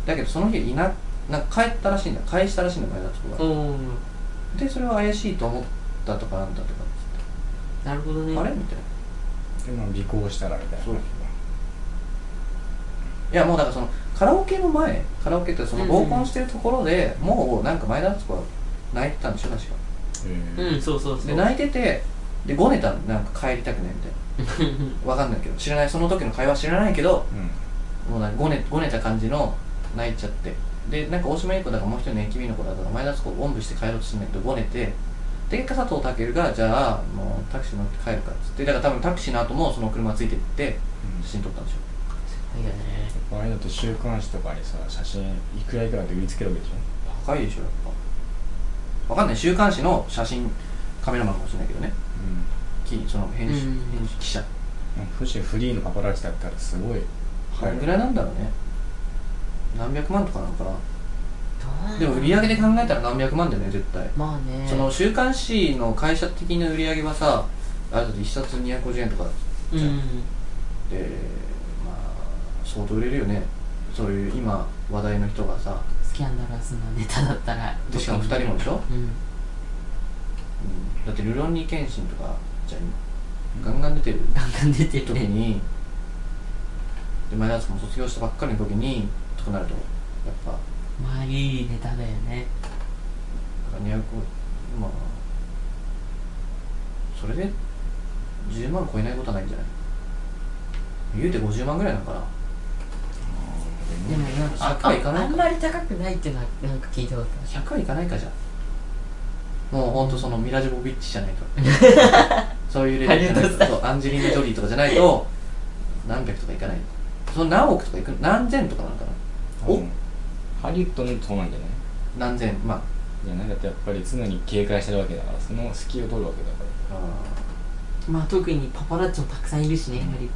Speaker 3: だけどその日いななんか帰ったらしいんだ返したらしいんだ前田敦子が、
Speaker 1: おー
Speaker 3: でそれは怪しいと思ったとかなんだとかっ
Speaker 1: なるほど
Speaker 3: つって
Speaker 1: ね
Speaker 3: あれみたいな
Speaker 2: でも尾行したらみたいな
Speaker 3: そういやもうだからそのカラオケの前カラオケってその合コンしてるところで、もうなんか前田敦子は泣いてたんでしょ確か
Speaker 2: へ
Speaker 1: う
Speaker 2: え
Speaker 1: んそうそうそう
Speaker 3: で泣いててでごねたのなんか帰りたくないみたいな わかんないけど知らないその時の会話知らないけど
Speaker 2: うん
Speaker 3: もうなんかごねごねた感じの泣いちゃってでなんか大島優子だからもう一人の AKB の子だから前田敦子をおんぶして帰ろうとするんだけどごねてで結果佐藤健がじゃあもうタクシー乗って帰るからっつってだから多分タクシーの後もその車ついてって写真撮ったんでしょ
Speaker 1: いやね
Speaker 2: あれだと週刊誌とかにさ写真いくらいくらで売りつけるわけでしょ
Speaker 3: 高いでしょやっぱわかんない週刊誌の写真カメラマンかもしれないけどねきその編集
Speaker 1: うん
Speaker 3: 編集記者
Speaker 2: うんもしフリーのパパラッチだったらすごい
Speaker 3: これぐらいなんだろうね何百万とかなのかな
Speaker 1: どう
Speaker 3: でも売り上げで考えたら何百万だよね絶対
Speaker 1: まあね
Speaker 3: その週刊誌の会社的な売り上げはさあれだと1冊250円とか
Speaker 1: う
Speaker 3: じゃん、
Speaker 1: ん
Speaker 3: でまあ相当売れるよねそういう今話題の人がさ
Speaker 1: スキャンダラスなネタだったら
Speaker 3: でしかも2人もでしょ、
Speaker 1: うん
Speaker 3: うんだって「ルロンニケンシン」とかじゃん今ガンガン出てる
Speaker 1: ガンガン出てる
Speaker 3: 時
Speaker 1: ね
Speaker 3: にで前田敦子も卒業したばっかりの時にとかなるとやっぱだか
Speaker 1: まあいいネタだよね
Speaker 3: ら200まあそれで10万超えないことはないんじゃない言うて50万ぐらいなのかな
Speaker 2: う
Speaker 3: でもなんか100
Speaker 1: あ
Speaker 3: はいかない
Speaker 1: あん
Speaker 3: か
Speaker 1: まり高くないってのはなんか聞いたことあ
Speaker 3: 100はいかないかじゃあもうほんとそのミラジョボビッチじゃないと そういうレベルじゃないとそうアンジェリーナ・ジョリーとかじゃないと何百とかいかないその何億とかいく何千とかなのかな
Speaker 2: おハリウッドのそうなんじゃない
Speaker 3: 何千まあ
Speaker 2: じゃないだってやっぱり常に警戒してるわけだからその隙を取るわけだから
Speaker 1: るまあ特にパパラッチもたくさんいるしねハリウッ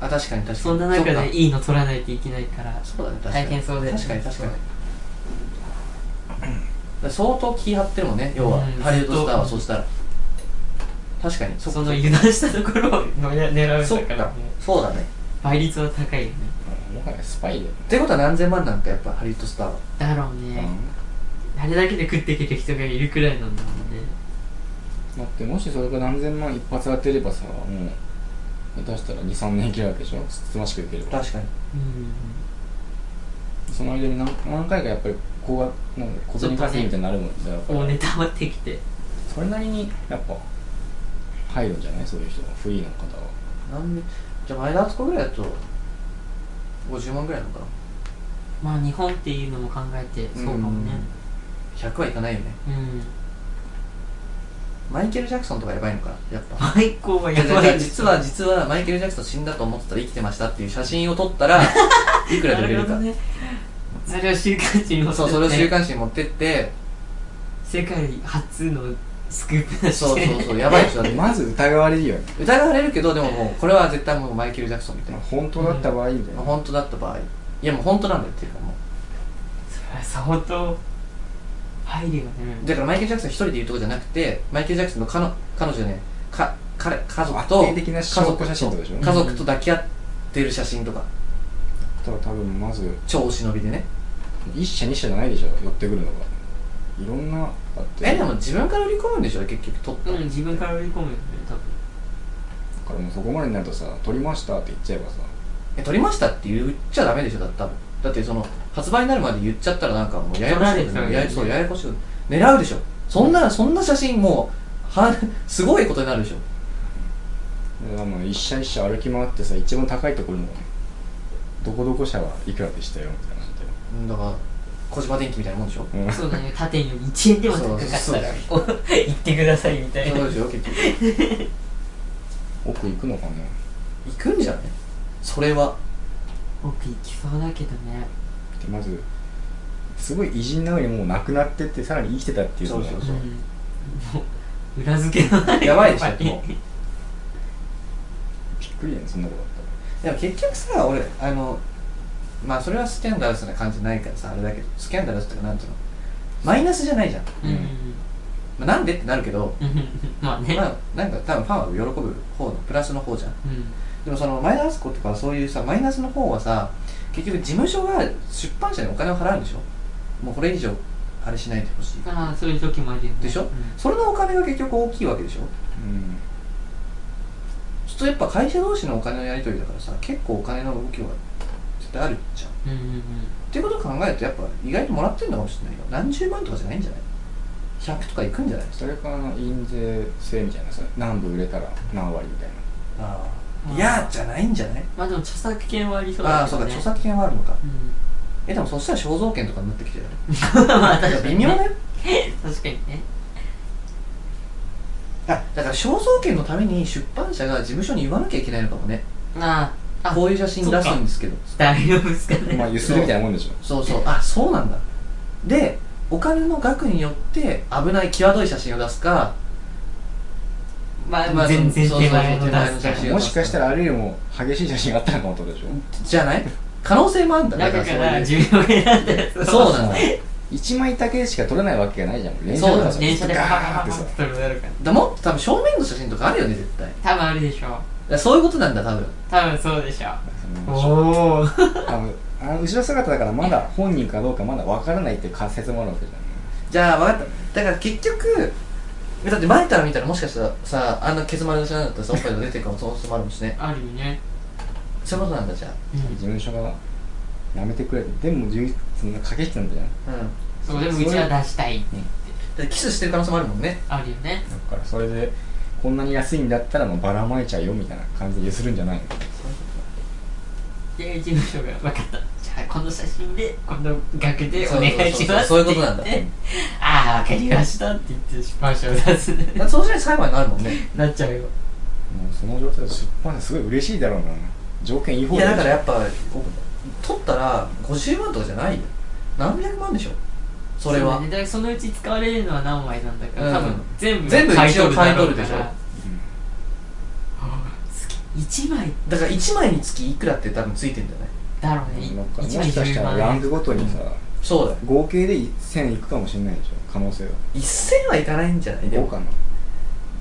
Speaker 1: ド
Speaker 3: あ確かに確かに
Speaker 1: そんな中
Speaker 3: っか
Speaker 1: でいいの取らないといけないから
Speaker 3: そうだね確かに
Speaker 1: 大変そうで
Speaker 3: 確かに確かに
Speaker 1: そう
Speaker 3: だから相当気張ってるもんね要は
Speaker 1: うん
Speaker 3: ハリウッドスターは
Speaker 1: ず
Speaker 3: そ
Speaker 1: っと
Speaker 3: したら確かにそ
Speaker 1: その油断したところをの狙うん
Speaker 3: そ
Speaker 1: だ
Speaker 3: っ
Speaker 1: から
Speaker 3: かそうだね
Speaker 1: 倍率は高いよね
Speaker 2: もはやスパイだよね
Speaker 3: ってことは何千万なんかやっぱハリウッドスターは
Speaker 1: だろうね、あれだけで食っていける人がいるくらいなんだもんね
Speaker 2: だってもしそれが何千万一発当てればさもう下手したら23年いけるわけでしょつつましくいければ
Speaker 3: 確かに
Speaker 1: うん
Speaker 2: その間に何何回かやっぱりこうはなんか小銭稼ぎみたいになるもんだから、
Speaker 1: 大ネタまってきて
Speaker 2: それなりにやっぱ入るんじゃないそういう人がフリーの方は
Speaker 3: なんでじゃあ前田敦子ぐらいだと50万ぐらいなのかな
Speaker 1: まあ日本っていうのも考えてそうかもね
Speaker 3: 100はいかないよね
Speaker 1: うん、
Speaker 3: マイケル・ジャクソンとかやばいのかなやっぱ
Speaker 1: マイコー はやばい
Speaker 3: 実は実はマイケル・ジャクソン死んだと思ってたら生きてましたっていう写真を撮っ たらいくらで売れるか
Speaker 1: なほどねそれを週刊誌に載って
Speaker 3: そうそれを週
Speaker 1: て
Speaker 3: 刊誌に持ってって
Speaker 1: 世界初のスクープだし
Speaker 3: そうそうそうやばい人だって
Speaker 2: まず疑われるよね
Speaker 3: 疑われるけどでももうこれは絶対もうマイケル・ジャクソンみたい
Speaker 2: ま
Speaker 3: な
Speaker 2: あ、本当だった場合みたいな、
Speaker 3: 本当だった場合いやもう本当なんだよっていうかも
Speaker 1: それは相当入るよね
Speaker 3: うだからマイケル・ジャクソン一人で言うとこじゃなくてマイケル・ジャクソンの彼女彼女ねか彼家族と
Speaker 2: 圧定的な証拠写真ってことでしょ
Speaker 3: 家族と家族と抱き合ってる写真とか
Speaker 2: ただ多分まず
Speaker 3: 超お忍びでね
Speaker 2: 一社二社じゃないでしょ寄ってくるのがいろんなあって
Speaker 3: えでも自分から売り込むんでしょ結局撮った
Speaker 1: うん自分から売り込むよね多分
Speaker 2: だからもうそこまでになるとさ「取りました」って言っちゃえばさ
Speaker 3: え撮りましたって言っちゃダメでしょだって多分だってその発売になるまで言っちゃったらなんかもうややこしい
Speaker 1: 撮られちゃうよね
Speaker 3: ややそうややこしい狙うでしょそんなそんな写真もうは すごいことになるでしょ
Speaker 2: であの一社一社歩き回ってさ一番高いところのどこどこ社はいくらでしたよみたいな
Speaker 3: うんだから小島電機みたいなもんでしょ
Speaker 2: うん
Speaker 1: そうだね縦に1円でも高かった
Speaker 3: そうそう
Speaker 1: らお行ってくださいみたい
Speaker 3: そう
Speaker 1: な
Speaker 3: でしょ結局
Speaker 2: 奥行くのかな
Speaker 3: 行くんじゃないそれは
Speaker 1: 僕行きそうだけどね
Speaker 2: でまずすごい偉人なのにもう亡くなってってさらに生きてたっていうのが
Speaker 3: そうそう
Speaker 1: うんもう裏付けのない
Speaker 3: やばいでしょもう
Speaker 2: びっくりだよねそんなことだ
Speaker 3: でも結局さ俺あのまあそれはスキャンダラスな感じないからさあれだけどスキャンダラスとかなんていうのマイナスじゃないじゃん、
Speaker 1: うん
Speaker 3: まあ、なんでってなるけど
Speaker 1: うん まあね
Speaker 3: まあなんか多分ファンは喜ぶ方のプラスの方じゃん
Speaker 1: うん
Speaker 3: でもそのマイナス子とかそういうさマイナスの方はさ結局事務所が出版社にお金を払うんでしょもうこれ以上あれしないでほしい
Speaker 1: ああそういう時もあるよね
Speaker 3: でしょ
Speaker 1: うん
Speaker 3: それのお金が結局大きいわけでしょ
Speaker 2: とうん
Speaker 3: ちょっとやっぱ会社同士のお金のやり取りだからさ結構お金の動きは絶対あるじゃんっ
Speaker 1: うんうん
Speaker 3: ていうことを考えるとやっぱ意外ともらってるのかもしれないよ何十万とかじゃないんじゃない100とかいくんじゃない
Speaker 2: それから印税制みたいなさ何部売れたら何割みたいな
Speaker 3: あ
Speaker 1: あ
Speaker 3: いやじゃないんじゃない
Speaker 1: まあでも著作権はありそう
Speaker 3: あ
Speaker 1: だ
Speaker 3: あー
Speaker 1: け
Speaker 3: そう
Speaker 1: ど
Speaker 3: か
Speaker 1: ね
Speaker 3: 著作権はあるのか
Speaker 1: うん
Speaker 3: えでもそしたら肖像権とかになってきてる
Speaker 1: まあ
Speaker 3: だから
Speaker 1: 確か
Speaker 3: 微
Speaker 1: に
Speaker 3: 妙
Speaker 1: ね
Speaker 3: だよ
Speaker 1: 確かにね
Speaker 3: あだから肖像権のために出版社が事務所に言わなきゃいけないのかもね
Speaker 1: ああ
Speaker 3: こういう写真出すんですけど
Speaker 1: 大丈夫ですかね
Speaker 2: まあゆするみたいなもんでしょ
Speaker 3: そうそうあそうなんだでお金の額によって危ない際どい写真を出すか
Speaker 1: まあ
Speaker 3: まあ
Speaker 1: 全然
Speaker 3: そうそう
Speaker 1: 手前の
Speaker 3: 手前の
Speaker 1: 出す
Speaker 3: 写
Speaker 1: か
Speaker 3: 真
Speaker 2: もしかしたらあれよりも激しい写真があったのかもってことでしょ
Speaker 3: じゃない可能性もあるんだ
Speaker 1: ら中
Speaker 3: ねだ
Speaker 1: から
Speaker 3: そう
Speaker 1: 寿
Speaker 3: いう
Speaker 1: 命が選んだやつを
Speaker 3: そうなのだ
Speaker 2: 1枚だけしか撮れないわけがないじゃん連写
Speaker 3: そうだ
Speaker 2: さ
Speaker 1: 電車でパ
Speaker 2: ガ
Speaker 1: パ
Speaker 2: ー
Speaker 1: パパ
Speaker 2: って
Speaker 1: パ
Speaker 2: さ
Speaker 1: ッと撮るなるから
Speaker 3: だもっと多分正面の写真とかあるよね絶対だか
Speaker 1: 多分あるでしょ
Speaker 3: らそういうことなんだ多分
Speaker 1: 多分そうでしょ
Speaker 2: その
Speaker 1: おお
Speaker 2: あのあの後ろ姿だからまだ本人かどうかまだ分からないっていう仮説もあるわけじ
Speaker 3: じゃあ分かっただから結局だって前から見たらもしかしたらさあんなケツ丸の写真だったらさおっぱいが出てるかもその人もあるもんしね
Speaker 1: あるよね
Speaker 3: そういうことなんだじゃあ
Speaker 2: ゃん事務所がやめてくれてでもじそんな駆け引きなんだじゃん
Speaker 3: うん
Speaker 1: そうでもうちは出したいって言って
Speaker 3: だってキスしてる可能性もあるもんね
Speaker 1: あるよね
Speaker 2: だからそれでこんなに安いんだったらもうばらまいちゃうよみたいな感じでゆするんじゃないの
Speaker 1: で事務所が分かったじゃあはい、この写真でこの額でお
Speaker 3: そうそうそう
Speaker 1: 願いします
Speaker 3: そうい
Speaker 1: っ
Speaker 3: うこ
Speaker 1: て
Speaker 3: と
Speaker 1: 言
Speaker 3: なん
Speaker 1: っ
Speaker 3: だ
Speaker 1: てああわかりましたって言って出版社を出す
Speaker 3: だってそうしないと裁判になるもんね
Speaker 1: なっちゃうよ
Speaker 2: うその状態で出版社すごい嬉しいだろうな条件いい
Speaker 3: い
Speaker 2: 方
Speaker 3: やだからや
Speaker 2: っ
Speaker 3: っぱお取ったら50万とかじゃないよ何百万でしょそれは
Speaker 1: うねだからそのうち使われるのは何枚なんだか
Speaker 3: う
Speaker 1: ら
Speaker 3: ん
Speaker 1: 多分全部
Speaker 3: 全部
Speaker 1: 買い取るだろう
Speaker 3: 一応買い取るでしょ
Speaker 1: から1枚
Speaker 3: だから1枚につきいくらって多分ついてんじゃない
Speaker 1: だろうね
Speaker 2: なんかも
Speaker 1: 1
Speaker 2: し
Speaker 1: 枚
Speaker 2: かした
Speaker 1: 10
Speaker 2: ら
Speaker 1: 万
Speaker 2: ランクごとにさ、
Speaker 3: そうだよ
Speaker 2: 合計で1000いくかもしれないでしょ可能性は
Speaker 3: 1000はいかないんじゃないで
Speaker 2: 5
Speaker 3: も
Speaker 2: かな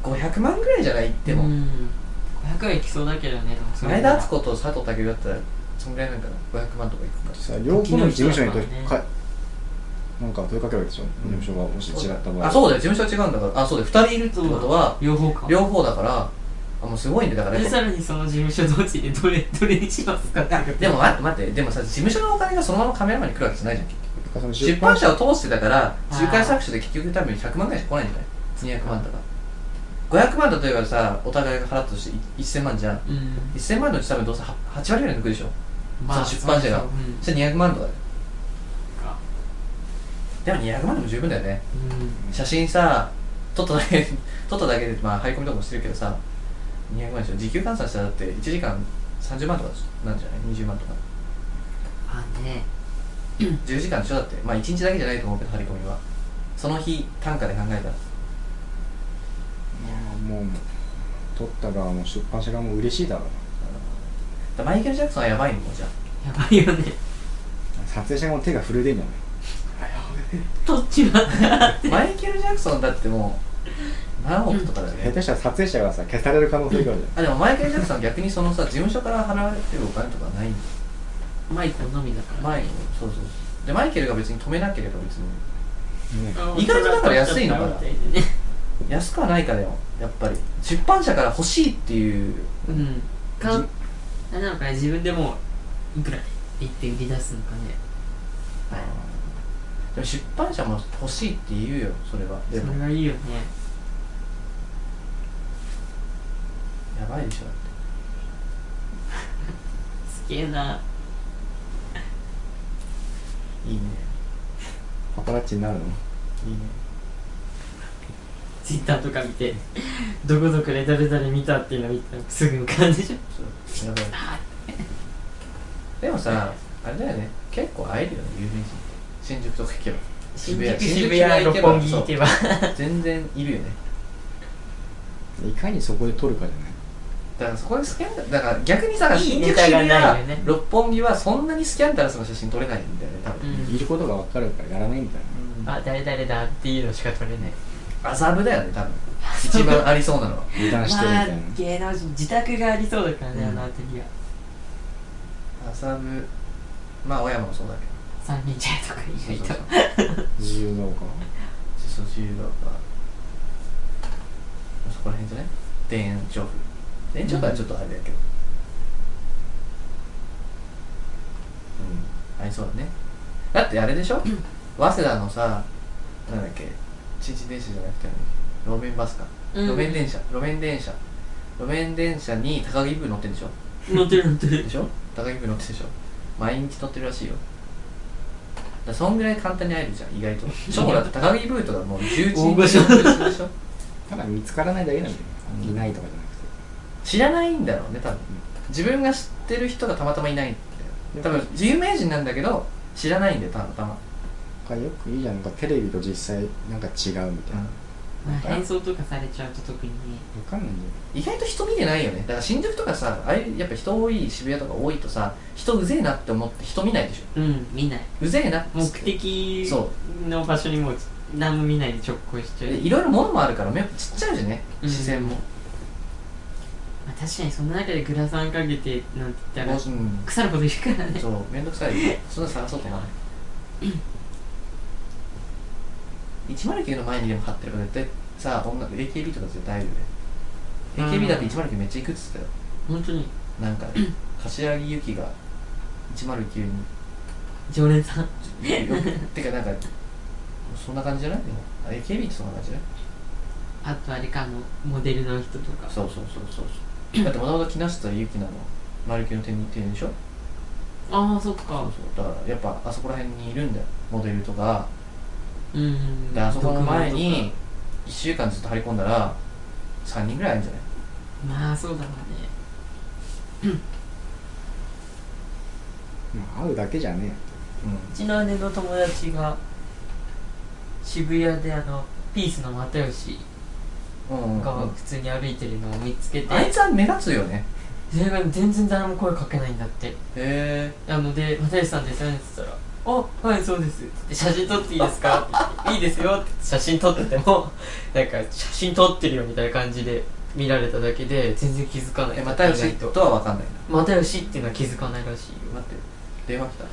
Speaker 3: 500万ぐらいじゃないって
Speaker 1: う
Speaker 3: も
Speaker 1: ん500円いきそうだけどねでもそれ
Speaker 3: 前田敦子と佐藤健だったらそんぐらいなんかな500万とかいくか
Speaker 2: さ両方の事務所にと、
Speaker 1: 昨日の人だか
Speaker 2: かなんか問いかけるわけでしょ、事務所がもし違った場合
Speaker 3: あそうだよ事務所は違うんだからあそうだよ2人いるってことは
Speaker 1: 両方か
Speaker 3: 両方だからあもうすごいんだから
Speaker 1: でさらにその事務所同士でどれどれにしますかって
Speaker 3: あでも待って待ってでもさ事務所のお金がそのままカメラマンに来るわけじゃないじゃん結局
Speaker 2: だからその
Speaker 3: 出版社を通してだから
Speaker 1: あー
Speaker 3: 仲介搾取で結局多分100万ぐらいしか来ないんじゃない200万とか500万例えばさお互いが払ったとしてい1000万じゃん
Speaker 1: うん
Speaker 3: 1000万のうち多分どうせは8割ぐらい抜くでしょその出版社が
Speaker 1: そう
Speaker 3: そしたら200万とか
Speaker 1: か
Speaker 3: ででも200万でも十分だよね
Speaker 1: そううん
Speaker 3: 写真さ撮っただけ撮っただけでまあ張り込みとかもしてるけどさ200万でしょ時給換算したらだって1時間30万とかなんじゃない20万とか
Speaker 1: あね
Speaker 3: 10時間でしょだってまあ1日だけじゃないと思うけど張り込みはその日単価で考えたら
Speaker 2: もう取った側も出版社側も嬉しいだろう
Speaker 3: だからマイケル・ジャクソンはやばいのもうじゃあ
Speaker 1: やばいよね
Speaker 2: な撮影者側も手が震えてんじゃない
Speaker 1: どっちは
Speaker 3: マイケル・ジャクソンだってもう何億とかだよ
Speaker 2: 下
Speaker 3: ね
Speaker 2: 手したら撮影者がさ消される可能性があるじ
Speaker 3: あでもマイケル・ジャクソンは逆にそのさ事務所から払われてるお金とかないんだ
Speaker 1: マイコのみだから
Speaker 3: 前にそうそうそうでマイケルが別に止めなければ別に
Speaker 2: ゃん、ね、
Speaker 1: あ
Speaker 3: 意外とだから安いのかな
Speaker 1: みたいでね
Speaker 3: 安くはないかだよやっぱり出版社から欲しいっていう
Speaker 1: うんかあれなのかね自分でもういくらで言って売り出すのかね
Speaker 3: でも出版社も欲しいって言うよそれは
Speaker 1: そ
Speaker 3: で
Speaker 1: れ
Speaker 3: も
Speaker 1: がいいよね
Speaker 3: やばいでしょだって
Speaker 1: すげえない
Speaker 3: いね
Speaker 2: パパラッチになるの
Speaker 3: いいね
Speaker 1: ツイッターとか見てどこどこで誰々見たっていうの見たらすぐ浮かんでしょ
Speaker 3: そう やばいでもさあれだよね結構会えるよね有名人って新宿とか行けば
Speaker 1: 新
Speaker 3: 渋谷
Speaker 1: 宿渋谷六本木
Speaker 3: そう
Speaker 1: 行けば
Speaker 3: 全然いるよね
Speaker 2: いかにそこで取るかじゃない
Speaker 3: だからそこでスキャンダルだから逆にさ
Speaker 1: いい
Speaker 3: 新
Speaker 1: ネ
Speaker 3: 宿
Speaker 1: タ
Speaker 3: 渋
Speaker 1: が
Speaker 3: 谷
Speaker 1: ないよね
Speaker 3: 六本木はそんなにスキャンダラスの写真撮れないんだよね多分、
Speaker 1: うん
Speaker 2: いることが分かるからやらないみたい
Speaker 1: あ誰々だっていうのしか撮れない
Speaker 3: 麻布だよね多分一番ありそうなのは
Speaker 2: な油断してるみ
Speaker 1: ま
Speaker 2: た
Speaker 1: あ
Speaker 2: いな、
Speaker 1: 芸能人自宅がありそうだからね、
Speaker 3: うん
Speaker 1: あの辺りは
Speaker 3: 麻布まあ青山もそうだけど
Speaker 1: 三軒茶屋とか意外と
Speaker 3: そう
Speaker 2: 自由が丘
Speaker 3: そうそう自由が丘そこら辺じゃない田園調布田園調布はちょっとあれだけどうん、ありそうだねだってあれでしょ早稲田のさなんだっけ地域電車じゃなくてなんだっけ路面バスか、
Speaker 1: うん
Speaker 3: 路面電車路面電車路面電車に高木部乗ってんでしょ
Speaker 1: 乗ってる乗ってる
Speaker 3: でしょ高木部乗ってるでしょ毎日乗ってるらしいよだからそんぐらい簡単に会えるじゃん意外としかもだって高木ブーとかもう11
Speaker 1: 大
Speaker 3: 人
Speaker 1: 御所
Speaker 3: でしょ
Speaker 2: ただ見つからないだけなんだよいないとかじゃなくて
Speaker 3: 知らないんだろうね多分自分が知ってる人がたまたまいないんだよ多分有名人なんだけど知らないんだよたまたま、
Speaker 2: なんかよくいいじゃんなんかテレビと実際なんか違うみたい
Speaker 1: ま
Speaker 2: な、
Speaker 1: あ変装とかされちゃうと特にね
Speaker 2: 分かんないんだよ
Speaker 3: 意外と人見てないよねだから新宿とかさああいうやっぱ人多い渋谷とか多いとさ人うぜえなって思って人見ないでしょ
Speaker 1: うん見ないう
Speaker 3: ぜえなっ
Speaker 1: 目
Speaker 3: つって
Speaker 1: 的
Speaker 3: そ
Speaker 1: の場所にもう何も見ないで直行しちゃう
Speaker 3: で、いろいろ物もあるから目ちっちゃうしね
Speaker 1: うん
Speaker 3: 視線も、
Speaker 1: まあ、確かにその中でグラサンかけてなんて言った
Speaker 3: も
Speaker 1: ら
Speaker 3: ううん
Speaker 1: 腐ること言うからね
Speaker 3: そう、めんどくさいよ。そんな探そうと思わない。109の前にでも買ってれば絶対さ、音楽、AKB とか絶対あるよね。
Speaker 1: うん
Speaker 3: AKB だって109めっちゃ行くっつったよ。
Speaker 1: 本当に
Speaker 3: なんか、柏木由紀が109に。
Speaker 1: 常連さん
Speaker 3: よくてかなんか、そんな感じじゃないでもあ ?AKB ってそんな感じじゃな
Speaker 1: あ
Speaker 3: い
Speaker 1: とあれかあのモデルの人とか
Speaker 3: そうそうそうそうそう。だってもともと木下ゆきなの、丸木の手に行ってるでしょ
Speaker 1: ああそっ
Speaker 3: そ
Speaker 1: か
Speaker 3: うそうだからやっぱあそこら辺にいるんだよモデルとか
Speaker 1: うんうんうん
Speaker 3: であそこの前に1週間ずっと張り込んだら3人ぐらいあるんじゃない
Speaker 1: まあそうだろうね
Speaker 2: まあ会うだけじゃねえよ
Speaker 3: う
Speaker 1: うちの姉の友達が渋谷であのピースの又吉
Speaker 3: んうんうん
Speaker 1: が普通に歩いてるのを見つけて、
Speaker 3: あいつは目立つよね
Speaker 1: 全然全然誰も声かけないんだって
Speaker 3: へ
Speaker 1: なので「又吉さんですよね」って言ったら「あはいそうです」って「写真撮っていいですか?」って言って「いいですよ」って写真撮ってても なんか写真撮ってるよみたいな感じで見られただけで全然気づかない
Speaker 3: え又吉
Speaker 1: と
Speaker 3: とは分かんないな
Speaker 1: 又吉っていうのは気づかないらしいよ
Speaker 3: 待って電話来た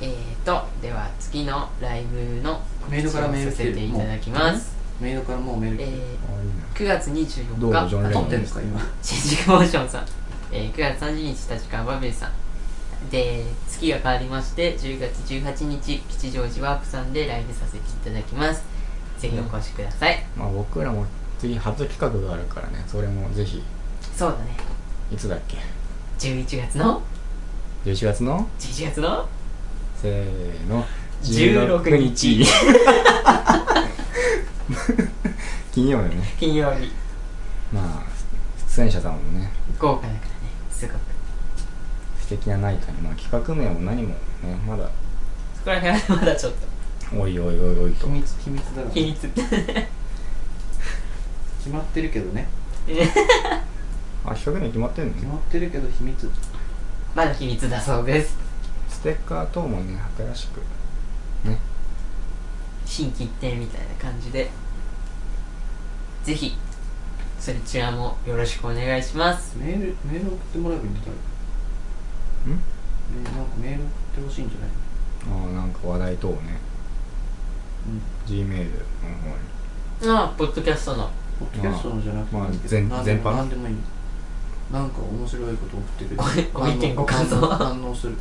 Speaker 1: えーとでは次のライブの
Speaker 3: メイドからメール
Speaker 1: さ
Speaker 3: 来
Speaker 1: せ
Speaker 3: て
Speaker 1: て
Speaker 3: る
Speaker 1: いただきます
Speaker 3: メイドからもうメール来てる
Speaker 1: え
Speaker 2: ああいいな
Speaker 1: ー、9月
Speaker 2: どうぞジョン
Speaker 1: 24日
Speaker 2: レノ
Speaker 3: 撮
Speaker 2: ン
Speaker 3: ってるんですか今
Speaker 1: 新宿モーションさん、えー、9月30日立川バベルさんで月が変わりまして10月18日吉祥寺ワープさんでライブさせていただきますぜひお越しください、
Speaker 2: まあ僕らも次初企画があるからねそれもぜひ
Speaker 1: そうだね
Speaker 2: いつだっけ
Speaker 1: 11月の
Speaker 2: 11月の
Speaker 1: 11月の
Speaker 2: せーの
Speaker 1: 16日
Speaker 2: 金曜だよね
Speaker 1: 金曜日
Speaker 2: まあ出演者さんもね
Speaker 1: 豪華だからねすごく
Speaker 2: 素敵なナイトにまあ企画名も何もねまだ
Speaker 1: そこら辺はまだちょっと
Speaker 2: おいおいおいおいと
Speaker 3: 秘密 秘密だから
Speaker 1: 秘密
Speaker 3: 決まってるけどね
Speaker 2: あ企画名決まってんの
Speaker 3: 決まってるけど秘密
Speaker 1: まだ秘密だそうです
Speaker 2: ステッカー等もね新しく
Speaker 1: 新規一点みたいな感じでぜひそちらもよろしくお願いします
Speaker 3: メールメール送ってもらえばいいんだった
Speaker 2: ん
Speaker 3: らえなんかメール送ってほしいんじゃない
Speaker 2: あーなんか話題等をね
Speaker 3: うん
Speaker 2: G メールの方
Speaker 1: あ
Speaker 2: に
Speaker 1: あポッドキャストの
Speaker 3: ポッドキャストのじゃなくて、
Speaker 2: まあまあ全
Speaker 3: なんで
Speaker 2: 全般
Speaker 3: なんでもいいなんか面白いこと送ってくれて
Speaker 1: ごご意見ご感想
Speaker 3: 反応反応する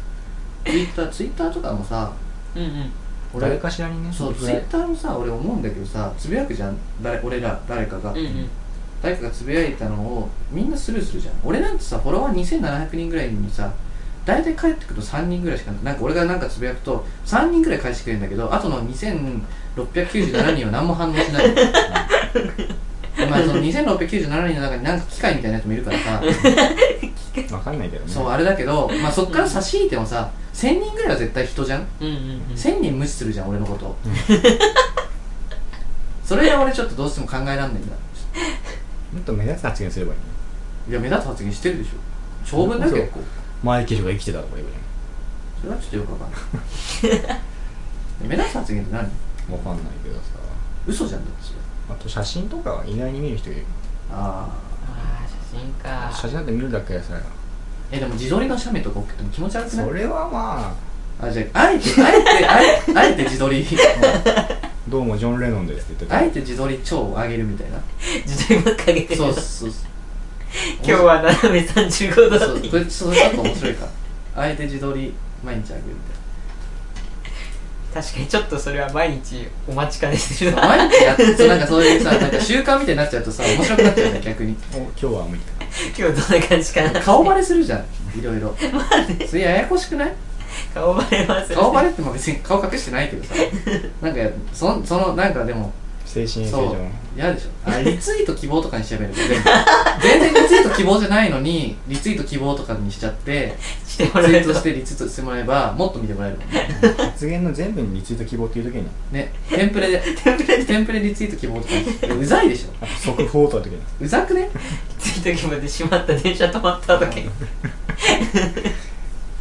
Speaker 3: ツイッターツイッターとかもさ
Speaker 1: うんうん
Speaker 3: 俺
Speaker 2: 誰かしらにね
Speaker 3: そう
Speaker 2: 僕
Speaker 3: ツ
Speaker 2: ら
Speaker 3: イッターもさ俺思うんだけどさつぶやくじゃん誰俺ら誰かが、
Speaker 1: うんうん
Speaker 3: 誰かがつぶやいたのをみんなスルーするじゃん俺なんてさフォロワー2700人ぐらいにさ大体帰ってくると3人ぐらいしかなんか俺がなんかつぶやくと3人ぐらい返してくれるんだけどあとの2697人は何も反応しない のまあその2697人の中になんか機械みたいなやつもいるからさ
Speaker 2: わかんないけどね
Speaker 3: そうあれだけど、まあ、そっから差し引いてもさ1000人ぐらいは絶対人じゃん
Speaker 1: うんうんうん
Speaker 3: 1000人無視するじゃん俺の ことそれが俺ちょっとどうしても考えらんないんだ
Speaker 2: もっと目立つ発言すればいいね
Speaker 3: いや目立つ発言してるでしょ長文だ
Speaker 2: そう
Speaker 3: 結構
Speaker 2: 前記事が生きてたとか言うじ
Speaker 3: それはちょっとよくわかんない 目立つ発言って何
Speaker 2: ゃんわかんないけどさ
Speaker 3: 嘘じゃんだってそれ
Speaker 2: あと写真とかは意外に見る人いる
Speaker 3: ああ
Speaker 1: ああ写真か
Speaker 2: 写真なんて見るだけでさ
Speaker 3: えでも自撮りの写メとか送っても気持ち悪くない
Speaker 2: それはまあ
Speaker 3: あじゃああえてあえてあえてあえて自撮り
Speaker 2: どうもジョン・レノンですって言って
Speaker 3: あえ
Speaker 2: た
Speaker 3: て自撮り超上げるみたいな
Speaker 1: 自撮りばっか上げてる
Speaker 3: そうそう そう
Speaker 1: 今日は斜め35度
Speaker 3: そう
Speaker 1: って
Speaker 3: これそれちょっと面白いかあえて自撮り毎日あげるみ
Speaker 1: 確かにちょっとそれは毎日お待ちかねして
Speaker 3: たい
Speaker 1: る
Speaker 3: な毎日やってそうなんかそういうさなんか習慣みたいになっちゃうとさ面白くなっちゃうね逆に
Speaker 2: お今日は無理
Speaker 1: 今日どんな感じかな
Speaker 3: 顔バレするじゃんいろい ろそれややこしくない
Speaker 1: 顔バレます
Speaker 3: 顔バレっても別に顔隠してないけどさ なんかそそのなんかでも
Speaker 2: 精神衛生
Speaker 3: そ
Speaker 2: 上
Speaker 3: う嫌 でしょあリツイート希望とかにしちゃえばいいの全部全然リツイート希望じゃないのにリツイート希望とかにしちゃって
Speaker 1: しても
Speaker 3: ツイ
Speaker 1: らえ
Speaker 3: ー
Speaker 1: る
Speaker 3: ト
Speaker 1: と
Speaker 3: してリツイートしてもらえばもっと見てもらえ るもんね
Speaker 2: 発言の全部にリツイート希望っていう時に
Speaker 3: ねテンプレでテンプレでテンプレリツイート希望とかにしてうざいでしょ
Speaker 2: あと速報とかの時に
Speaker 3: うざくね
Speaker 1: 着いた時まで閉まった電車止まったとか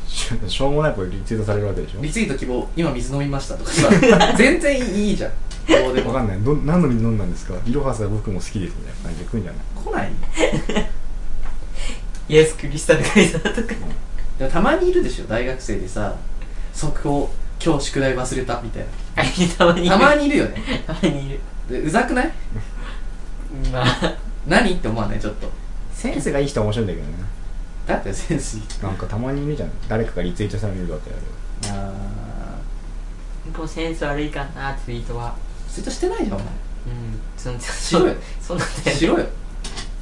Speaker 2: しょしょうもないことリツイートされるわけでしょ
Speaker 3: リツイート希望今水飲みましたとかさ 全然いいじゃんどうで
Speaker 2: わ
Speaker 3: も
Speaker 2: かんないど何の水飲んだんですかいろはさ僕も好きですみたいな感じで来るんじゃない
Speaker 3: 来ない
Speaker 1: イエスクリスタルクリスタルとか
Speaker 3: でもたまにいるでしょ大学生でさ速報今日宿題忘れたみたい
Speaker 1: あいるたまにい
Speaker 3: な
Speaker 1: る
Speaker 3: たまにいるよね
Speaker 1: たまにいる
Speaker 3: でうざくない
Speaker 1: まあ
Speaker 3: 何って思わないちょっと
Speaker 2: センスがいい人は面白いんだけどね
Speaker 3: だってセンスいい
Speaker 2: なんかたまにいるじゃん誰かがリツイートしたの見るとってやる
Speaker 3: あ
Speaker 1: こうセンス悪いかなツイートは
Speaker 3: ーツイートしてないじゃんお
Speaker 1: うんそん
Speaker 3: 白い
Speaker 1: そうなんだ
Speaker 3: 前
Speaker 1: よ
Speaker 3: しろよ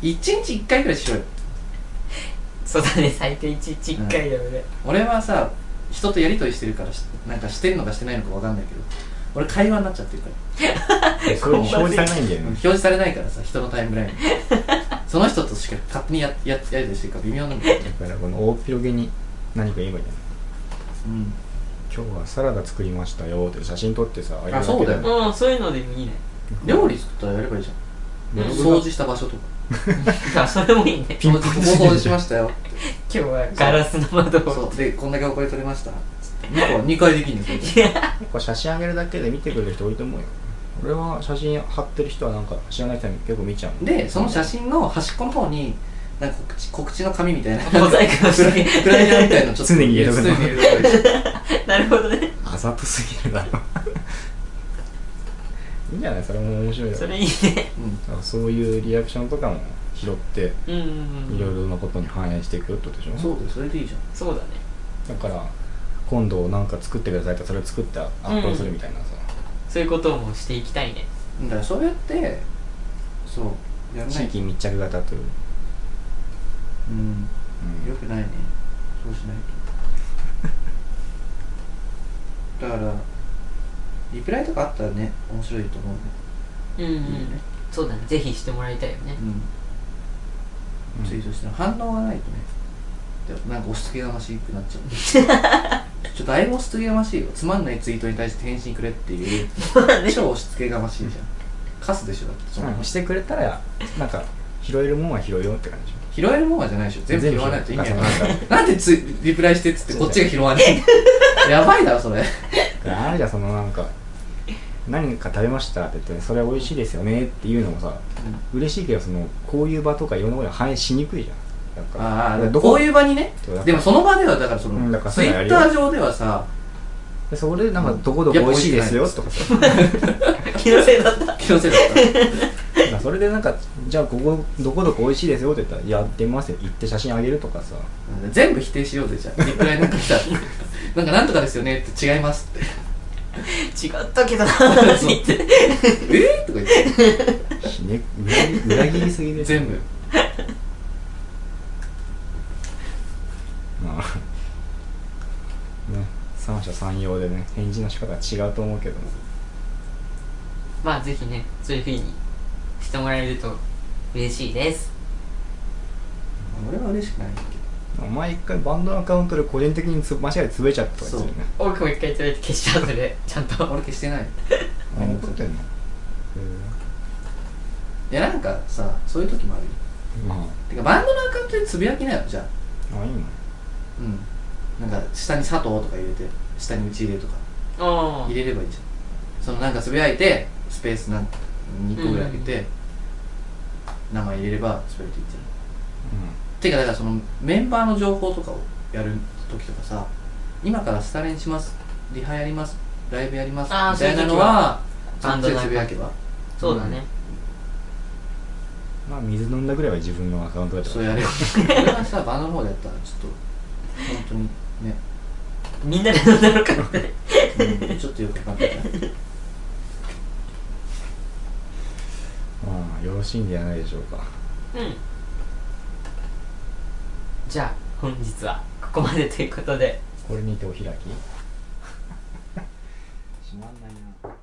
Speaker 3: 一日一回ぐらいしろよ
Speaker 1: そうだね最低11回だよね、
Speaker 3: 俺はさ人とやりとりしてるからしなんかしてるのかしてないのかわかんないけど俺会話になっちゃってるから
Speaker 2: それ表示されないんだよね
Speaker 3: 表示されないからさ人のタイ ムラインにその人としか勝手にやややりとりしてるから微妙なんだよね
Speaker 2: だからこの大広げに何か言えばいいんだよ
Speaker 3: うん
Speaker 2: 今日はサラダ作りましたよって写真撮ってさあげるけで
Speaker 3: そうだよ
Speaker 1: うん、そういうのでもいいね
Speaker 3: 料理作ったらやればいいじゃん
Speaker 2: ブログが
Speaker 3: 掃除した場所とか
Speaker 1: あそれもいいね
Speaker 2: ピンポン
Speaker 3: ここ掃除しましたよ
Speaker 1: 今日はガラスの窓を
Speaker 3: そうでこんだけお金取れました2個二回できんねんそれ
Speaker 2: これ写真あげるだけで見てくれる人多いと思うよ俺は写真貼ってる人はなんか知らない人に結構見ちゃうもん
Speaker 3: でその写真の端っこの方になんか告知告知の紙みたいな
Speaker 1: モザイクの
Speaker 3: フラ イフライヤーみたいなのちょっと
Speaker 2: 常に入れとくの
Speaker 3: 常に入れとくの
Speaker 1: なるほどね
Speaker 2: あざとすぎる だろいいんじゃないそれも面白いよ
Speaker 1: それいいね
Speaker 3: うん
Speaker 2: あそういうリアクションとかも拾って
Speaker 1: うんうんうん
Speaker 2: いろいろなことに反映していくってことでしょ、
Speaker 3: そうだよそれでいいじゃ
Speaker 1: そうだね
Speaker 2: だから今度なんか作ってくださいってそれを作ってアップロードするみたいなさ、
Speaker 1: そういうこともしていきたいね
Speaker 3: んだからそうやってそうやんな
Speaker 2: 地
Speaker 3: い
Speaker 2: 域密着型という、
Speaker 3: うん
Speaker 2: うん
Speaker 3: よくないねそうしない とだからリプライとかあったらね面白いと思うん
Speaker 1: うんうん、
Speaker 3: でいいね
Speaker 1: そうだねぜひしてもらいたいよね
Speaker 3: うんツイートしても反応がないとねでもなんか押しつけがましくなっちゃ うちょっとだいぶ押しつけがましいよつまんないツイートに対して返信くれっていう超押しつけがましいじゃんカスでしょだってそんな
Speaker 2: う
Speaker 3: の
Speaker 2: んしてくれたらなんか拾えるもんは拾うよって感じでしょ
Speaker 3: 拾えるもんはじゃないでしょ全部拾わないと意味わかん
Speaker 2: 全部拾
Speaker 3: ないなんでつリプライしてっつってこっちが拾わないやばいだろそれ
Speaker 2: あるじゃんそのなんか何か食べましたって言ってそれ美味しいですよねっていうのもさ嬉しいけどそのこういう場とかいろんなことに反映しにくいじゃんなんかだ
Speaker 3: あ
Speaker 2: から
Speaker 3: あ
Speaker 2: ど
Speaker 3: こういう場にね
Speaker 2: そうだから
Speaker 3: でもその場ではだからその
Speaker 2: うんだからそ
Speaker 3: ツイ
Speaker 2: れはや
Speaker 3: ッ
Speaker 2: る
Speaker 3: タ
Speaker 2: よ
Speaker 3: ー上ではさ
Speaker 2: でそこでなんかどこどこ美味しいですよとかさ
Speaker 1: 気のせいだった
Speaker 3: 気のせいだった
Speaker 2: だからそれでなんかじゃあここどこどこ美味しいですよって言ったらやってみますよ行って写真あげるとかさ
Speaker 3: 全部否定しようぜじゃあリプライなんか来たらなんかなんとかですよねって違いますって
Speaker 1: 違ったけどなーって言って
Speaker 3: えーとか言って
Speaker 2: ひね裏切裏切りすぎです
Speaker 3: 全部
Speaker 2: まあね三者三様でね返事の仕方は違うと思うけども
Speaker 1: まあぜひねそういうふうにしてもらえると嬉しいです
Speaker 3: 俺は嬉しくないけ
Speaker 2: 毎回バンドのアカウントで個人的につ間違えて潰れちゃったとか言ってるね
Speaker 1: 多くも一回連れて消しちゃうそれちゃん
Speaker 3: ど
Speaker 1: と
Speaker 3: 俺消してない
Speaker 2: あ怒ってんのへ
Speaker 3: いやなんかさそういう時もあるよ
Speaker 2: えま
Speaker 3: てかバンドのアカウントでつぶやきなよじゃあ
Speaker 2: ああいいの
Speaker 3: うんなんか下に佐藤とか入れて下に打ち入れとか
Speaker 1: あ
Speaker 3: 入れればいいじゃんそのなんかつぶやいてスペースなん2個ぐらい開けて、名前入れればスペースいいじゃんてかだからそのメンバーの情報とかをやる時とかさ今からスタレンしますリハやりますライブやりますみ
Speaker 1: あー
Speaker 3: たいなのは
Speaker 1: そういう時は
Speaker 3: そっちでつぶやけば
Speaker 1: そうだね
Speaker 2: うんまあ水飲んだぐらいは自分のアカウントだった
Speaker 3: そ
Speaker 2: ら
Speaker 3: うやれよ俺はさバンドの方でやったらちょっと本当にね
Speaker 1: みんなで飲んだのかってね
Speaker 3: うんちょっとよくわかんないな
Speaker 2: まあよろしいんではないでしょうか
Speaker 1: うんじゃあ本日はここまで ということで
Speaker 2: これにてお開きしまんないな